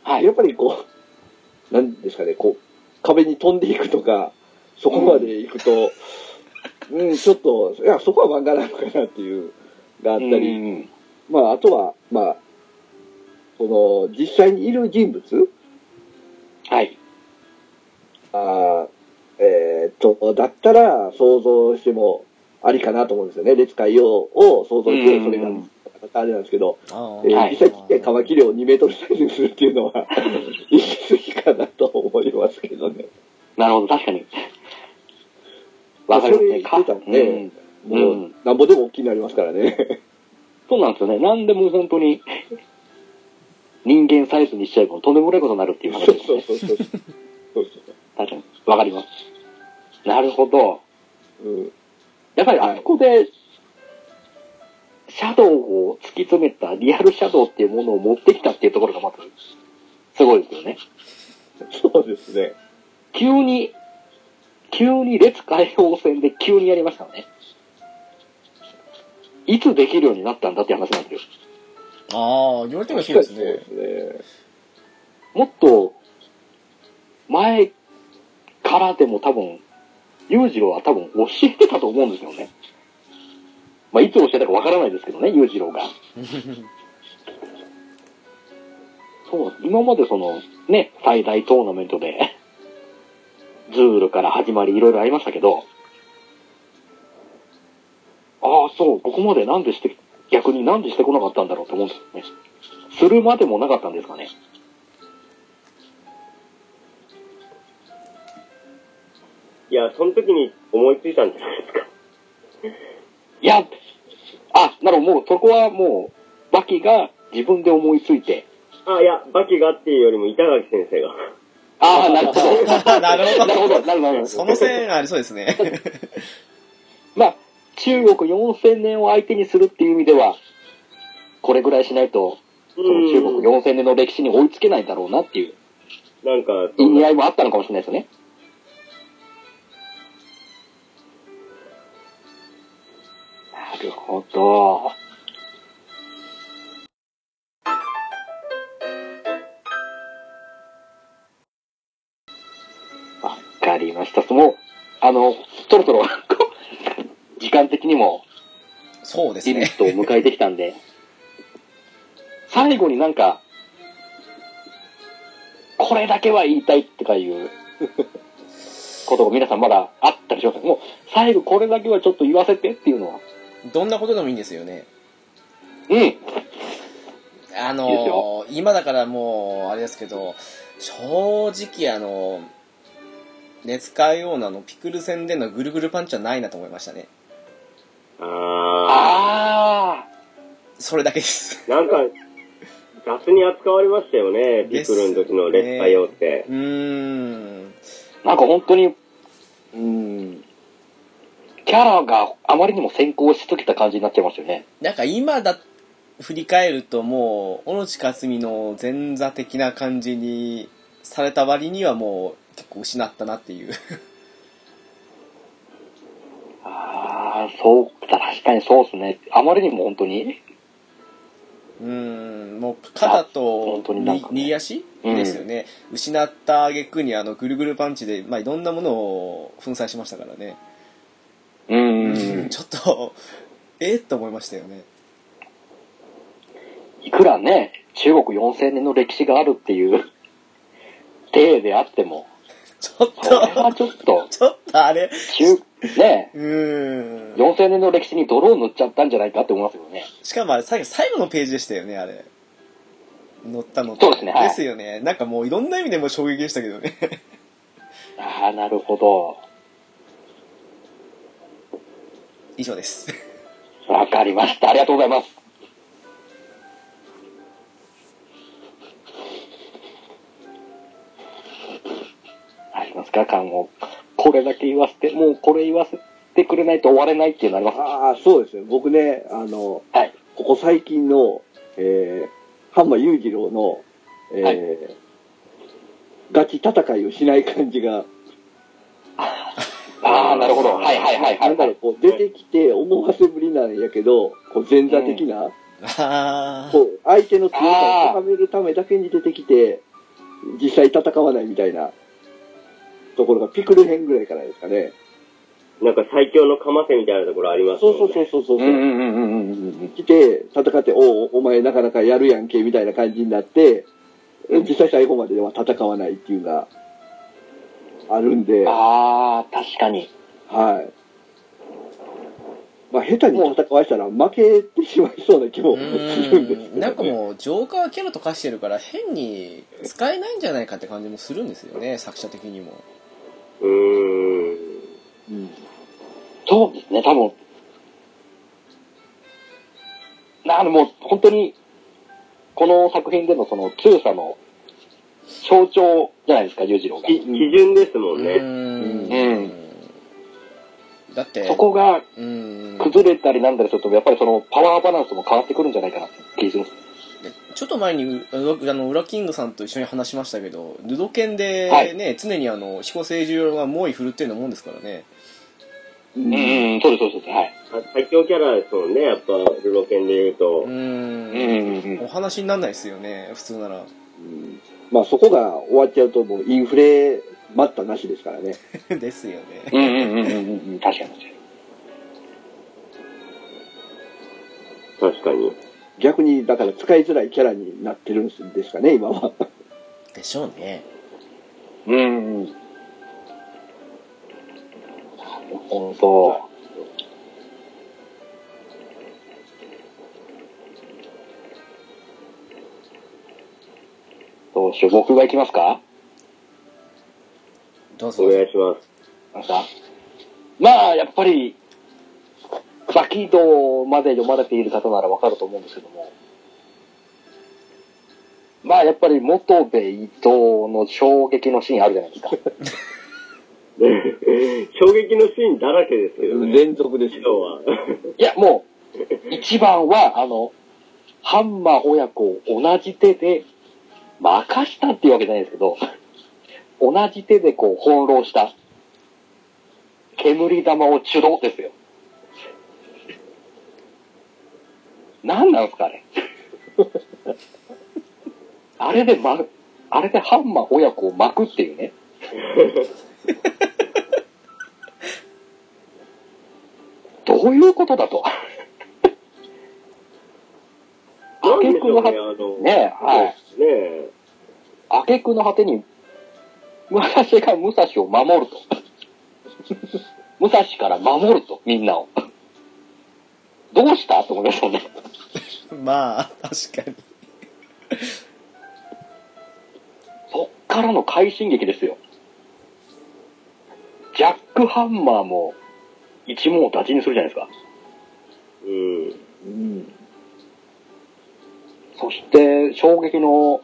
Speaker 2: はい
Speaker 4: やっぱりこう、なんですかね、こう、壁に飛んでいくとか、そこまで行くと、うん、ちょっと、いや、そこは漫画なのかなっていう、があったり、
Speaker 2: うん
Speaker 4: まあ、あとは、まあ、その、実際にいる人物、
Speaker 2: はい。
Speaker 4: あーえーっと、だったら想像してもありかなと思うんですよね。列海王を想像して、それが、
Speaker 2: うん
Speaker 4: あれなんですけど、
Speaker 1: あー
Speaker 4: えー
Speaker 2: はい
Speaker 4: 実際来て乾き量2メートルサイズにするっていうの
Speaker 2: [laughs]
Speaker 4: は、行き過ぎかなと思いますけどね。
Speaker 2: なるほど、確かに。わかりますね。
Speaker 4: それ言ってたんで
Speaker 2: うん
Speaker 4: も
Speaker 2: う、
Speaker 4: うんなんぼでも大きになりますからね。
Speaker 2: そうなんですよね。なんでも本当に、人間サイズにしちゃえばとんでもないことになるっていう
Speaker 4: そ
Speaker 2: 話
Speaker 4: う
Speaker 2: です、ね。
Speaker 4: そうそうそう。そう
Speaker 2: 確かに。わかります。なるほど。
Speaker 4: そううん
Speaker 2: やっぱりあそこで、シャドウを突き詰めたリアルシャドウっていうものを持ってきたっていうところがまず、すごいですよね。
Speaker 4: そうですね。
Speaker 2: 急に、急に列解放戦で急にやりましたよね。いつできるようになったんだっていう話なんですよ。
Speaker 1: あー、言われてみればそうです
Speaker 4: そうで
Speaker 1: ね。
Speaker 4: すね。
Speaker 2: もっと、前からでも多分、裕次郎は多分教えてたと思うんですよね。まあ、いつ教えたかわからないですけどね、裕次郎が。そう、今までその、ね、最大トーナメントで、ズールから始まりいろいろありましたけど、ああ、そう、ここまでなんでして、逆になんでしてこなかったんだろうと思うんですよね。するまでもなかったんですかね。
Speaker 3: いや、その時に思いついたんじゃないですか。
Speaker 2: いや、あ、なるほど、もうそこはもう、バキが自分で思いついて、
Speaker 3: あ、いや、バキがっていうよりも板垣先生が。
Speaker 2: ああ、なるほど。
Speaker 1: [laughs] なるほど。
Speaker 2: [laughs] なるほど、なるほどなるほど。
Speaker 1: その線ありそうですね。
Speaker 2: まあ、中国4000年を相手にするっていう意味では、これぐらいしないと、そ
Speaker 3: う
Speaker 2: の中国
Speaker 3: ん。
Speaker 2: 4000年の歴史に追いつけないだろうなっていう
Speaker 3: なんか、そ
Speaker 2: 意
Speaker 3: ん
Speaker 2: 味
Speaker 3: な
Speaker 2: 合いもあったのかもしれないですよね。なるほど。わかりました。もう、あの、そろそろ、時間的にも
Speaker 1: そうです
Speaker 2: リミ
Speaker 1: ね
Speaker 2: ッ。トを迎えてきたんで、最後になんか、これだけは言いたいとかいうことが皆さんまだあったりしますもう最後これだけはちょっと言わせてっていうのは
Speaker 1: どんなことでもいいんですよね。
Speaker 2: うん。
Speaker 1: あ
Speaker 2: いいです
Speaker 1: の
Speaker 2: よ
Speaker 1: ー今だからもう、あれですけど、正直あのー、熱海オーナーのピクル戦でのぐるぐるパンチはないなと思いましたね。
Speaker 3: あ
Speaker 2: あ
Speaker 1: それだけ
Speaker 2: [laughs]
Speaker 1: です。
Speaker 3: ー。なんか、雑に扱われましたよね、ピクルの時の列対応って。
Speaker 1: うーん。
Speaker 2: あ。なんか本当に、うん。キャラがあまりにも先行しすぎた感じになっちゃいますよね。
Speaker 1: なんか今だ、振り返るともう、小野地克美の前座的な感じにされた割にはもう、結構失ったなっていう。
Speaker 2: ああ、そう、確かにそうですね。あまりにも本当に。
Speaker 1: うーん、もう肩と
Speaker 2: 本当になんかね
Speaker 1: 右足
Speaker 2: うん
Speaker 1: ですよね、失った挙句にあのぐるぐるパンチで、まあ、いろんなものを粉砕しましたからね、
Speaker 2: う
Speaker 1: うん。ちょっと、 [laughs] えっと思いましたよね、
Speaker 2: いくらね、中国4000年の歴史があるっていう、 [laughs] 体であっても、
Speaker 1: ちょっ
Speaker 2: それ [laughs]
Speaker 1: と、
Speaker 2: はちょっと、
Speaker 1: ちょっとあれ、
Speaker 2: 中、ね、
Speaker 1: うーん、
Speaker 2: 4000年の歴史に泥を塗っちゃったんじゃないかって思いますよね。
Speaker 1: しかもあれ最後、最後のページでしたよね、あれ、乗ったの
Speaker 2: そうですねはい
Speaker 1: ですよね、なんかもういろんな意味でもう衝撃でしたけどね、 [laughs]
Speaker 2: ああ、なるほど。
Speaker 1: 以上です。
Speaker 2: わかりました。ありがとうございます。ありますか感を。これだけ言わせて、もうこれ言わせてくれないと終われないっていうのあります
Speaker 4: ああ、そうですね。僕ね、あの、
Speaker 2: はい。
Speaker 4: ここ最近の、えー、ハンマ裕次郎の、えー
Speaker 2: は
Speaker 4: ガチ戦いをしない感じが、
Speaker 2: ああ、なるほど。はいはいはいは
Speaker 4: ないんだろう、こう出てきて思わせぶりなんやけど、こう前座的な、
Speaker 1: あ
Speaker 4: こう相手の強さを高めるためだけに出てきて、実際戦わないみたいなところがピクル編ぐらいからですかね。
Speaker 3: なんか最強のかませみたいなところあります
Speaker 4: そ
Speaker 3: もん
Speaker 4: う
Speaker 3: ね。
Speaker 4: そうそうそうそ
Speaker 2: う
Speaker 4: う。
Speaker 2: んうんうんうんうんうんうん。
Speaker 4: 来て、戦って、おうお前なかなかやるやんけ、みたいな感じになって、実際最後まででは戦わないっていうのがあるんで、は
Speaker 2: ああ、確かに。
Speaker 4: い。まあ、下手に戦わしたら負けてしまいそうな気も
Speaker 1: う
Speaker 4: するんです
Speaker 1: ーん
Speaker 4: けど、ね。
Speaker 1: なんかもうジョーカーキャラと化してるから変に使えないんじゃないかって感じもするんですよね作者的にも
Speaker 3: うーん。
Speaker 4: うん
Speaker 2: そうですね、多分。なあの、もう本当に、この作品でのその強さの象徴じゃないですか、裕次郎が。
Speaker 3: き基準ですも
Speaker 1: うんー
Speaker 3: ね。
Speaker 1: んだって
Speaker 2: そこが
Speaker 1: うーん
Speaker 2: 崩れたりなんだりすると、やっぱりそのパワーバランスも変わってくるんじゃないかなって気がするんです。
Speaker 1: ちょっと前にうあのウラキングさんと一緒に話しましたけどヌド犬で
Speaker 2: はい
Speaker 1: ね、常にあの飛行性重量が猛威振るってるようなもんですからね
Speaker 4: うん
Speaker 2: うんうん、そうです、そうです。はい。
Speaker 3: 最強キャラですもんね、やっぱ、ルロケンで言うと。
Speaker 1: う
Speaker 2: う
Speaker 1: ーん
Speaker 2: んう
Speaker 1: お
Speaker 2: ん
Speaker 1: 話にならないですよね普通なら [laughs]
Speaker 4: うんまあ、そこが終わっちゃうと、もうインフレ待ったなしですからね。
Speaker 1: ですよね
Speaker 2: うんうんうんうんうんうん、確かに。
Speaker 3: 確かに。
Speaker 4: 逆に、だから使いづらいキャラになってるんですかね、今は。
Speaker 1: でしょうね
Speaker 2: うんうん。本当。どうしよう、僕が行きますか
Speaker 1: どうぞ
Speaker 3: お願いします。 [laughs]
Speaker 2: なんかまあ、やっぱり、バキドまで読まれている方ならわかると思うんですけども、まあ、やっぱり元部伊藤の衝撃のシーンあるじゃないですか。
Speaker 3: 衝撃のシーンだらけですよね。
Speaker 4: 連続です
Speaker 3: 今日は。
Speaker 2: いや、もう、一番は、あの、ハンマー親子を同じ手で、任したっていうわけじゃないですけど、同じ手でこう、翻弄した、煙玉をチュロですよ。何なんですか、あれ。あれでま、あれでハンマー親子を巻くっていうね。どういうことだと。
Speaker 3: なんでし
Speaker 2: 挙句
Speaker 3: ょ
Speaker 2: の
Speaker 3: うね、
Speaker 2: 果
Speaker 3: あ
Speaker 2: て
Speaker 3: の、
Speaker 2: ねえはい
Speaker 3: ねえ。
Speaker 2: 挙句の果てに、私が武蔵を守る [laughs] と。武蔵から守ると、みんなを。どうしたと思いましたね。
Speaker 1: まあ、確かに。
Speaker 2: そっからの快進撃ですよ。ジャックハンマーも一網打尽にするじゃないですか。
Speaker 3: うん。
Speaker 4: うん。
Speaker 2: そして、衝撃の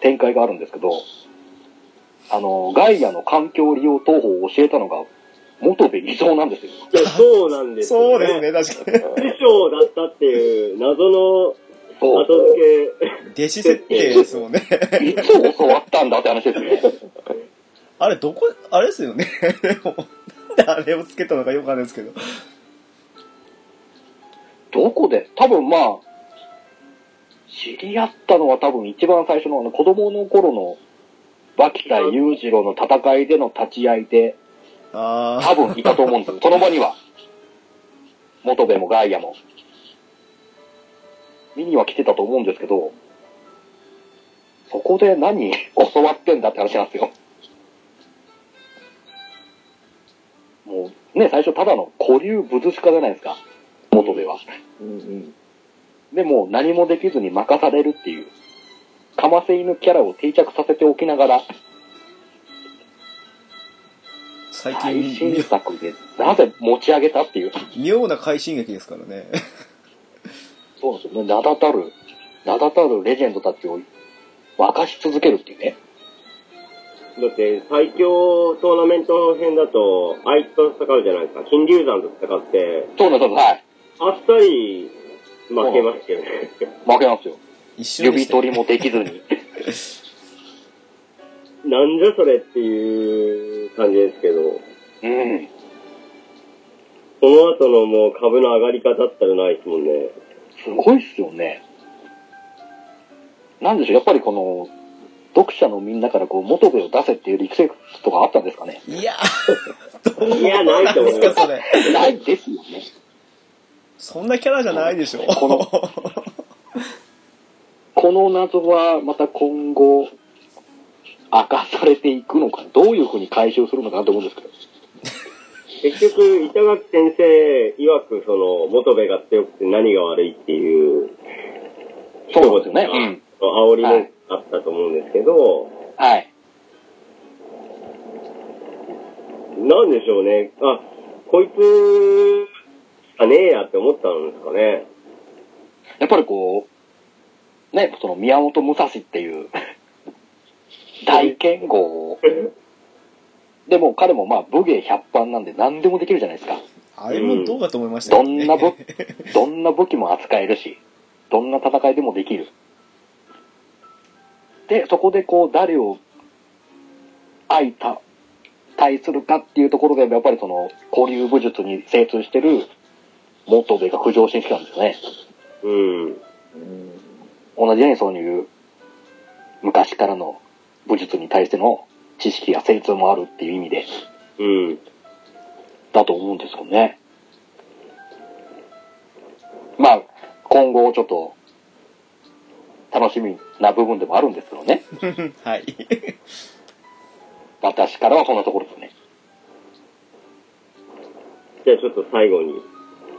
Speaker 2: 展開があるんですけど、あの、ガイアの環境利用投法を教えたのが、元部偽造なんですよ。
Speaker 3: いや、そうなんです
Speaker 1: そ
Speaker 3: よ、
Speaker 1: うですね、確かに。
Speaker 3: 師匠だったっていう謎の
Speaker 2: そう。
Speaker 3: 後付け。
Speaker 1: 弟子設定ですもんね。 [laughs]
Speaker 2: いつ教わったんだって話ですね。
Speaker 1: あれ、どこ、あれですよね。 [laughs] でもなんであれをつけたのかよくわかんないですけど。
Speaker 2: どこで多分まあ、知り合ったのは多分一番最初のあの子供の頃の、脇田裕次郎の戦いでの立ち合いで、
Speaker 1: あ
Speaker 2: 多
Speaker 1: あ、
Speaker 2: 分いたと思うんですよ。その場には。元部もガイアも。見には来てたと思うんですけど、そこで何教わってんだって話なんですよ。もうね、最初ただの古流武術家じゃないですか。元部は。
Speaker 4: うんうん。
Speaker 2: でもう何もできずに任されるっていう、かませ犬キャラを定着させておきながら、
Speaker 1: 最
Speaker 2: 最
Speaker 1: 近、
Speaker 2: 新作でなぜ持ち上げたっていう、
Speaker 1: 妙な快進撃ですからね。 [laughs]
Speaker 2: そうなんですよね、名だたる、名だたるレジェンドたちを沸かし続けるっていうね。
Speaker 3: だって、最強トーナメント編だと、あいつと戦うじゃないですか。金龍山と戦って、
Speaker 2: そうなんですよ、はい。
Speaker 3: あっさり負けましたよね。
Speaker 2: 負けなんですよ。
Speaker 1: 一瞬で
Speaker 2: 指
Speaker 1: したよ
Speaker 2: 取りもできず [laughs] に。
Speaker 3: [laughs] なんじゃそれっていう感じですけど、
Speaker 2: うん。
Speaker 3: その後のもう株の上がり方ったらないですもんね。
Speaker 2: すごいっすよね。なんでしょう、やっぱりこの、読者のみんなからこう、元部を出せっていうリクセスとかあったんですかね。
Speaker 1: いやー、どう
Speaker 3: いやないと思い
Speaker 1: なん
Speaker 3: ます
Speaker 1: ですか、それ。
Speaker 2: ないですよね。
Speaker 1: そんなキャラじゃないでしょ。
Speaker 2: このこの謎はまた今後、明かされていくのか、どういうふうに回収するのかなと思うんですけど。
Speaker 3: 結局、板垣先生曰く、その、元部が強くて何が悪いっていう、
Speaker 2: そうですよね。うん。
Speaker 3: 煽りもあったと思うんですけど、
Speaker 2: はい。
Speaker 3: なんでしょうね。あ、こいつ、あねえやって思ったんですかね。
Speaker 2: やっぱりこう、ね、その宮本武蔵っていう
Speaker 1: [laughs]
Speaker 2: 大剣豪を、でも彼もまあ武芸百般なんで何でもできるじゃないですか。
Speaker 1: あれもどうかと思いました
Speaker 2: ど
Speaker 1: よ
Speaker 2: ん
Speaker 1: ね。
Speaker 2: な武、 [laughs] どんな武器も扱えるし、どんな戦いでもできる。で、そこでこう、誰を相た、対するかっていうところで、やっぱりその、交流武術に精通してる元部が浮上してきたんですよね。
Speaker 3: うん。
Speaker 4: うん
Speaker 2: 同じようにそういう、昔からの武術に対しての知識や精通もあるっていう意味で、
Speaker 3: うん。
Speaker 2: だと思うんですよね。まあ、今後ちょっと、楽しみな部分でもあるんですけどね。
Speaker 1: [laughs] はい。
Speaker 2: 私からはそんなところですね。
Speaker 3: じゃあちょっと最後に、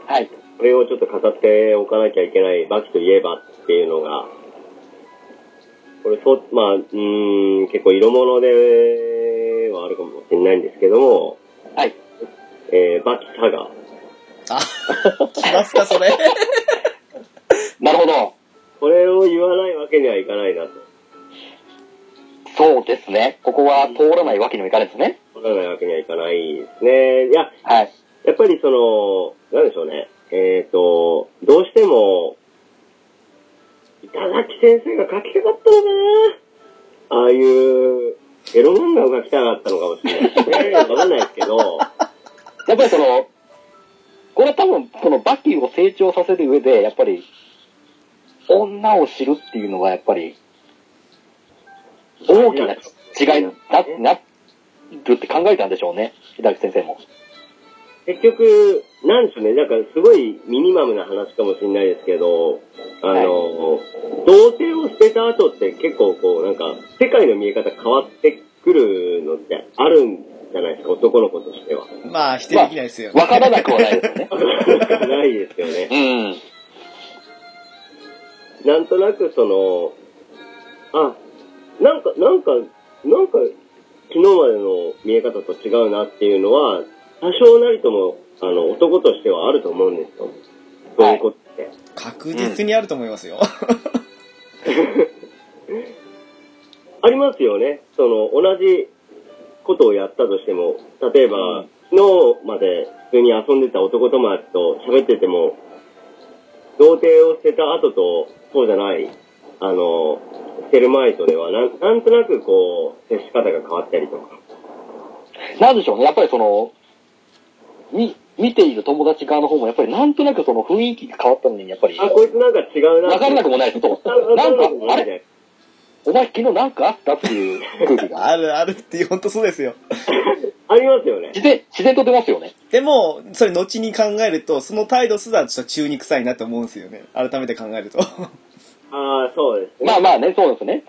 Speaker 2: はい。
Speaker 3: これをちょっと語っておかなきゃいけない、バキといえばっていうのが、これ、そう、まあ、うーん、結構色物ではあるかもしれないんですけども、
Speaker 2: はい。
Speaker 3: えー、バキサガ。
Speaker 1: あ、来ますか、それ。
Speaker 2: なるほど。
Speaker 3: これを言わないわけにはいかないなと。
Speaker 2: そうですね。ここは通らないわけにもいかないですね。
Speaker 3: わからないわけにはいかないですね。いや、
Speaker 2: はい。
Speaker 3: やっぱりその、なんでしょうね。えっ、と、どうしても、板垣先生が書きたかったのかなああいう、エロ漫画を書きたかったのかもしれないで
Speaker 2: [laughs]
Speaker 3: すね。わかんないですけど、
Speaker 2: やっぱりその、これは多分、そのバキを成長させる上で、やっぱり、女を知るっていうのはやっぱり、大きな違いにな、なるって考えたんでしょうね。平木先生も。
Speaker 3: 結局、なんでしょうね。なんかすごいミニマムな話かもしれないですけど、あの、
Speaker 2: はい
Speaker 3: 童貞を捨てた後って結構こう、なんか、世界の見え方変わってくるのってあるんじゃないですか、男の子としては。
Speaker 2: [laughs]
Speaker 1: まあ、否定できないですよね。
Speaker 2: わからなくはないですよね。
Speaker 3: ないですよね。
Speaker 2: うん。
Speaker 3: なんとなくその、あ、なんか、なんか、なんか、昨日までの見え方と違うなっていうのは、多少なりとも、あの、男としてはあると思うんですよ。そういうことって。
Speaker 1: 確実にあると思いますよ。
Speaker 3: ありますよね。その、同じことをやったとしても、例えば、昨日まで普通に遊んでた男友達と喋ってても、童貞を捨てた後と、そうじゃない、あの、捨てる前とではなん、なんとなくこう、接し方が変わったりとか。
Speaker 2: なんでしょうね、やっぱりその、み、見ている友達側の方も、やっぱりなんとなくその雰囲気が変わったのに、やっぱり、
Speaker 3: あ、こいつなんか違うな。
Speaker 2: わからなくもないですと。な
Speaker 3: [laughs] なんん
Speaker 2: か
Speaker 3: か、、
Speaker 2: あ
Speaker 3: あ
Speaker 2: れ
Speaker 3: れ
Speaker 2: お前昨日なんかあったっていう空気が。
Speaker 1: あるあるって、本当そうですよ。
Speaker 3: ありますよね。
Speaker 2: 自然、自然と出ますよね。
Speaker 1: でも、それ後に考えると、その態度すらちょっと中に臭いなと思うんですよね。改めて考えると。 [laughs]
Speaker 3: ああ、そうですね。
Speaker 2: まあまあね、そうですね。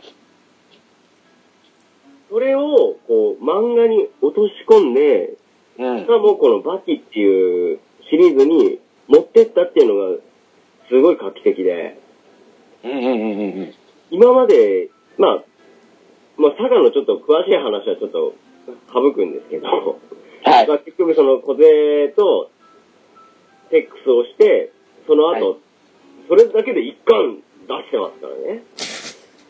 Speaker 3: それを、こう、漫画に落とし込んで、
Speaker 2: うん
Speaker 3: し。かもこのバキっていうシリーズに持ってったっていうのが、すごい画期的で、
Speaker 2: うんうんうんうんうん。
Speaker 3: 今まで、まあ、まあ、佐賀のちょっと詳しい話はちょっと省くんですけど、
Speaker 2: はい。
Speaker 3: まあ結局その小手とセックスをして、その後、
Speaker 2: はい
Speaker 3: それだけで一巻出してますからね。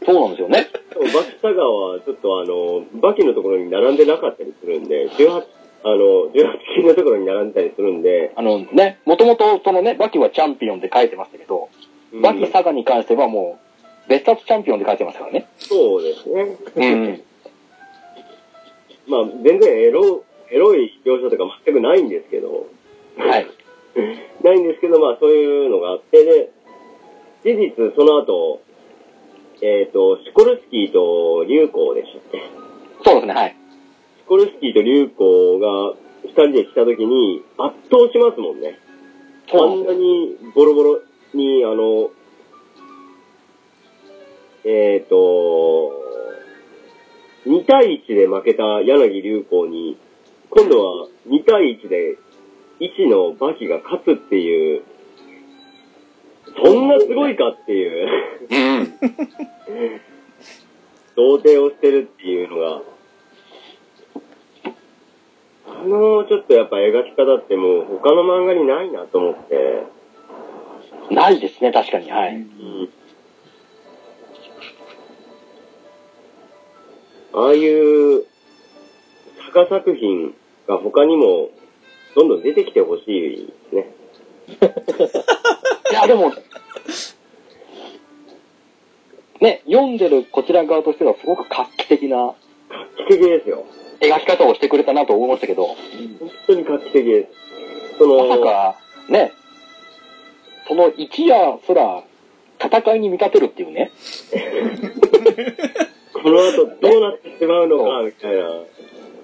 Speaker 2: そうなんですよね。
Speaker 3: でもバキタガは、ちょっとあの、バキのところに並んでなかったりするんで、18、あの、18金のところに並んでたりするんで、
Speaker 2: あのね、もともとそのね、バキはチャンピオンで書いてましたけど、
Speaker 3: うん
Speaker 2: バキサガに関してはもう、別冊チャンピオンで書いてますからね。
Speaker 3: そうですね。
Speaker 2: うん。
Speaker 3: まあ、全然エロ、エロい描写とか全くないんですけど、
Speaker 2: はい。
Speaker 3: ないんですけど、まあそういうのがあって、で、事実その後、えっ、と、シコルスキーとリュウコウでしたっけ
Speaker 2: そうですね、はい。
Speaker 3: シコルスキーとリュウコウが二人で来た時に圧倒しますもんね。
Speaker 2: そ
Speaker 3: あ
Speaker 2: うなん
Speaker 3: ん
Speaker 2: で
Speaker 3: な
Speaker 2: すよ。
Speaker 3: にボロボロに、あの、えっ、と、2対1で負けた柳流行に、今度は2対1で1の馬キが勝つっていう、そんなすごいかっていう、
Speaker 2: うん。
Speaker 3: 童貞をしてるっていうのが、あの、ちょっとやっぱ描き方ってもう他の漫画にないなと思って、
Speaker 2: ないですね、確かに。はい。
Speaker 3: ああいう、作家作品が他にも、どんどん出てきてほしいですね。
Speaker 2: いや、でも、ね、読んでるこちら側としてはすごく画期的な
Speaker 3: 画期的ですよ。
Speaker 2: 描き方をしてくれたなと思いましたけど、
Speaker 3: 本当に画期的です。その、
Speaker 2: まさか、ね、その一夜すら戦いに見立てるっていうね。
Speaker 3: この後どうなってしまうのか、みたいな。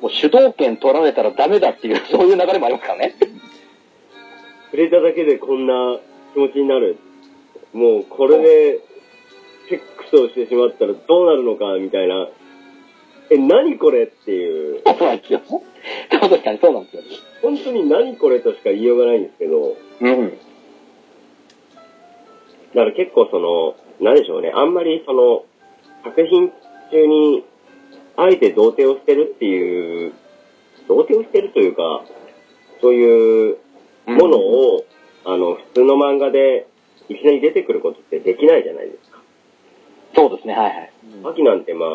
Speaker 2: もう主導権取られたらダメだっていう、 [laughs] そういう流れもありますからね。
Speaker 3: 触れただけでこんな気持ちになる。もうこれで、セックスをしてしまったらどうなるのか、みたいな。え、何これっていう。
Speaker 2: そうなんですよ。確かにそうなんですよ。
Speaker 3: 本当に何これとしか言いようがないんですけど、
Speaker 2: うん。
Speaker 3: だから結構その、何でしょうね、あんまりその、作品中に、あえて童貞を捨てるっていう、童貞を捨てるというか、そういうものを、あの、普通の漫画で、いきなり出てくることってできないじゃないですか。
Speaker 2: そうですね、はいはい。
Speaker 3: 秋なんてまあ、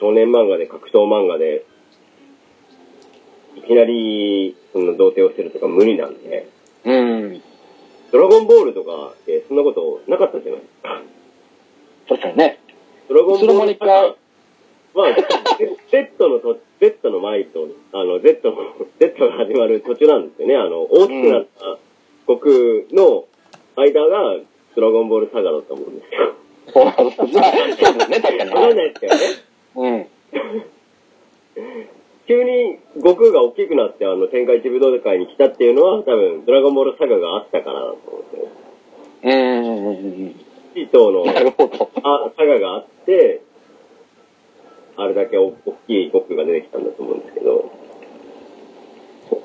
Speaker 3: 少年漫画で格闘漫画で、いきなり、その童貞を捨てるとか無理なんで、
Speaker 2: うん。
Speaker 3: ドラゴンボールとかってそんなことなかったじゃないですか。
Speaker 2: 確かにね。
Speaker 3: ドラゴンボール
Speaker 2: いつの間にか
Speaker 3: まあ、Z のと、Z の前と、あの、Z の、Z [laughs] が始まる途中なんですよね。あの、大きくなった国の間が、ドラゴンボールサガだと思うんですよ。
Speaker 2: そう [laughs] なんです。まあそうですね、確かに。
Speaker 3: わかんないですけどね。
Speaker 2: うん。
Speaker 3: 急に悟空が大きくなって、あの、天下一武道会に来たっていうのは、多分、ドラゴンボールサガがあったからだと思うんですよ。
Speaker 2: うん。
Speaker 3: シートの、
Speaker 2: なるほど。
Speaker 3: あ、佐賀があって、あれだけお大きい悟空が出てきたんだと思うんですけど、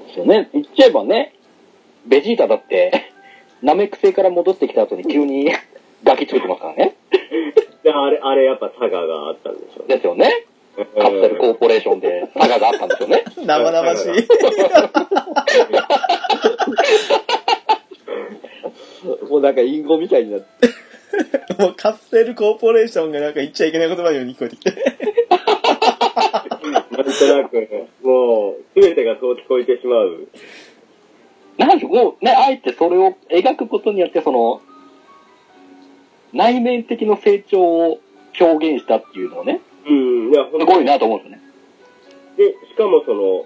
Speaker 2: ですよね。言っちゃえばね、ベジータだって、ナメック星から戻ってきた後に急にガキついてますからね。
Speaker 3: で、あれ、あれやっぱタガがあったんでしょうね。
Speaker 2: ですよね。カプセルコーポレーションでタガがあったんですよね。
Speaker 1: 生々しい。
Speaker 4: もうなんか隠語みたいになって。
Speaker 1: もうカプセルコーポレーションがなんか言っちゃいけない言葉のように聞こえてきて。
Speaker 3: なんとなく、もう、すべてがそう聞こえてしまう。
Speaker 2: なんでもうね、あえてそれを描くことによって、その、内面的な成長を表現したっていうのをね、
Speaker 3: うん、いや、ほ
Speaker 2: す
Speaker 3: んと
Speaker 2: ごいなと思うんですよね。
Speaker 3: で、しかもその、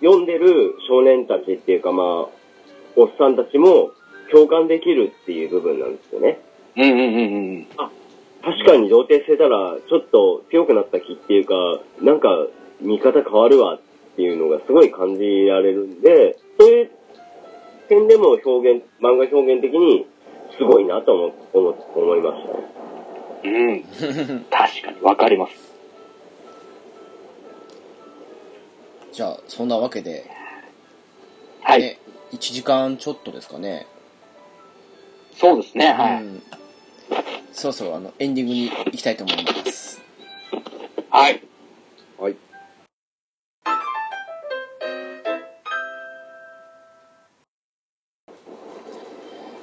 Speaker 3: 読んでる少年たちっていうかまあ、おっさんたちも共感できるっていう部分なんですよね。
Speaker 2: うんうんうんうん。
Speaker 3: 確かに童貞してたら、ちょっと強くなった気っていうか、なんか見方変わるわっていうのがすごい感じられるんで、そういう点でも表現、漫画表現的にすごいなと思思思いましたね。
Speaker 1: [laughs]
Speaker 2: うん。確かに、わかります。
Speaker 1: じゃあ、そんなわけで、
Speaker 2: はい。
Speaker 1: ね、1時間ちょっとですかね。
Speaker 2: そうですね、は
Speaker 1: う
Speaker 2: い。
Speaker 1: ん。そろそろあの、エンディングに行きたいと思います。
Speaker 2: はい。
Speaker 4: はい。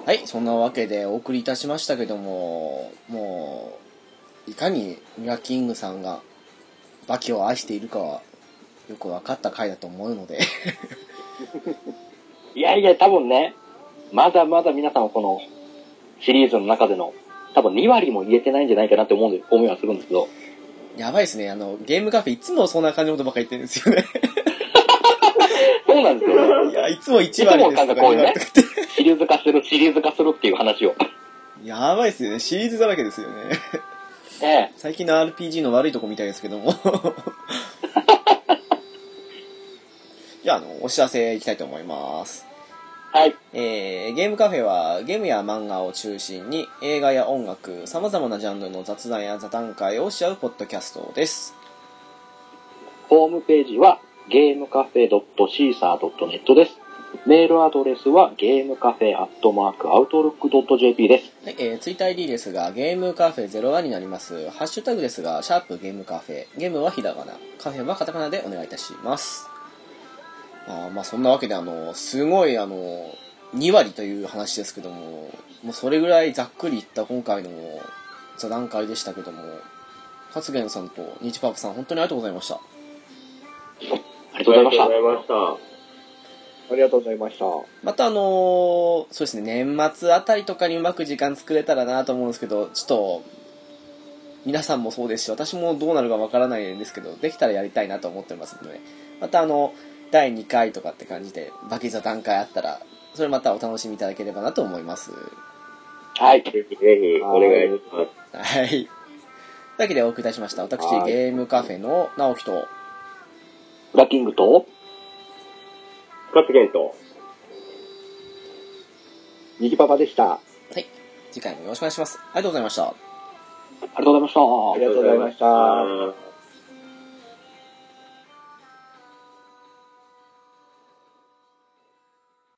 Speaker 1: はい、そんなわけでお送りいたしましたけども、もう、いかにミラキングさんがバキを愛しているかは、よく分かった回だと思うので、
Speaker 2: いやいや、多分ね、まだまだ皆さんはこのシリーズの中での、多分2割も入れてないんじゃないかなって思うんで、思いはするんですけど、
Speaker 1: やばいですね、あの、ゲームカフェいつもそんな感じのことばっかり言ってるんですよね。
Speaker 2: そうなんですよ、
Speaker 1: [laughs]
Speaker 2: ね。
Speaker 1: いや、いつも1割ですとか言われてて。
Speaker 2: シリーズ化する、シリーズ化するっていう話を。
Speaker 1: やばいですね、シリーズだらけですよね。
Speaker 2: ね
Speaker 1: 最近の RPG の悪いとこみたいですけども。 [laughs] じゃあ、あの、お知らせいきたいと思います。
Speaker 2: え。はい。
Speaker 1: えーゲームカフェはゲームや漫画を中心に映画や音楽、様々なジャンルの雑談や座談会をし合うポッドキャストです。
Speaker 2: ホームページはゲームカフェ .caesar.net です。メールアドレスはゲームカフェアットマークアウトロック .jp です。
Speaker 1: はい、えー、ツイッター ID ですが、ゲームカフェ01になります。ハッシュタグですが、シャープゲームカフェ。ゲームはひらがな、カフェはカタカナでお願いいたします。あーまあそんなわけで、あの、すごい、あの、2割という話ですけども、もうそれぐらいざっくりいった今回の座談会でしたけども、発言さんとニチパークさん、本当にありがとうございました。
Speaker 2: ありがとうございま
Speaker 3: あ
Speaker 2: し
Speaker 3: りがとうございました。
Speaker 4: ありがとうございました。
Speaker 1: またあのーそうですね、年末あたりとかにうまく時間作れたらなと思うんですけど、ちょっと、皆さんもそうですし、私もどうなるかわからないんですけど、できたらやりたいなと思ってますので、またあの、第2回とかって感じで、バキ座談会あったら、それまたお楽しみいただければなと思います。
Speaker 2: た。はい。
Speaker 3: ぜひぜひお願いします。
Speaker 1: はい。というわけでお送りいたしました。私
Speaker 4: は、い
Speaker 1: ゲームカフェの直樹と、
Speaker 2: ブラッキングと、
Speaker 3: 勝元と。
Speaker 4: にぎパパでした。あ
Speaker 1: 次回もよろしくお願いします。ありがとうございました。
Speaker 2: ありがとうございました。
Speaker 4: りがとうございました。
Speaker 3: あー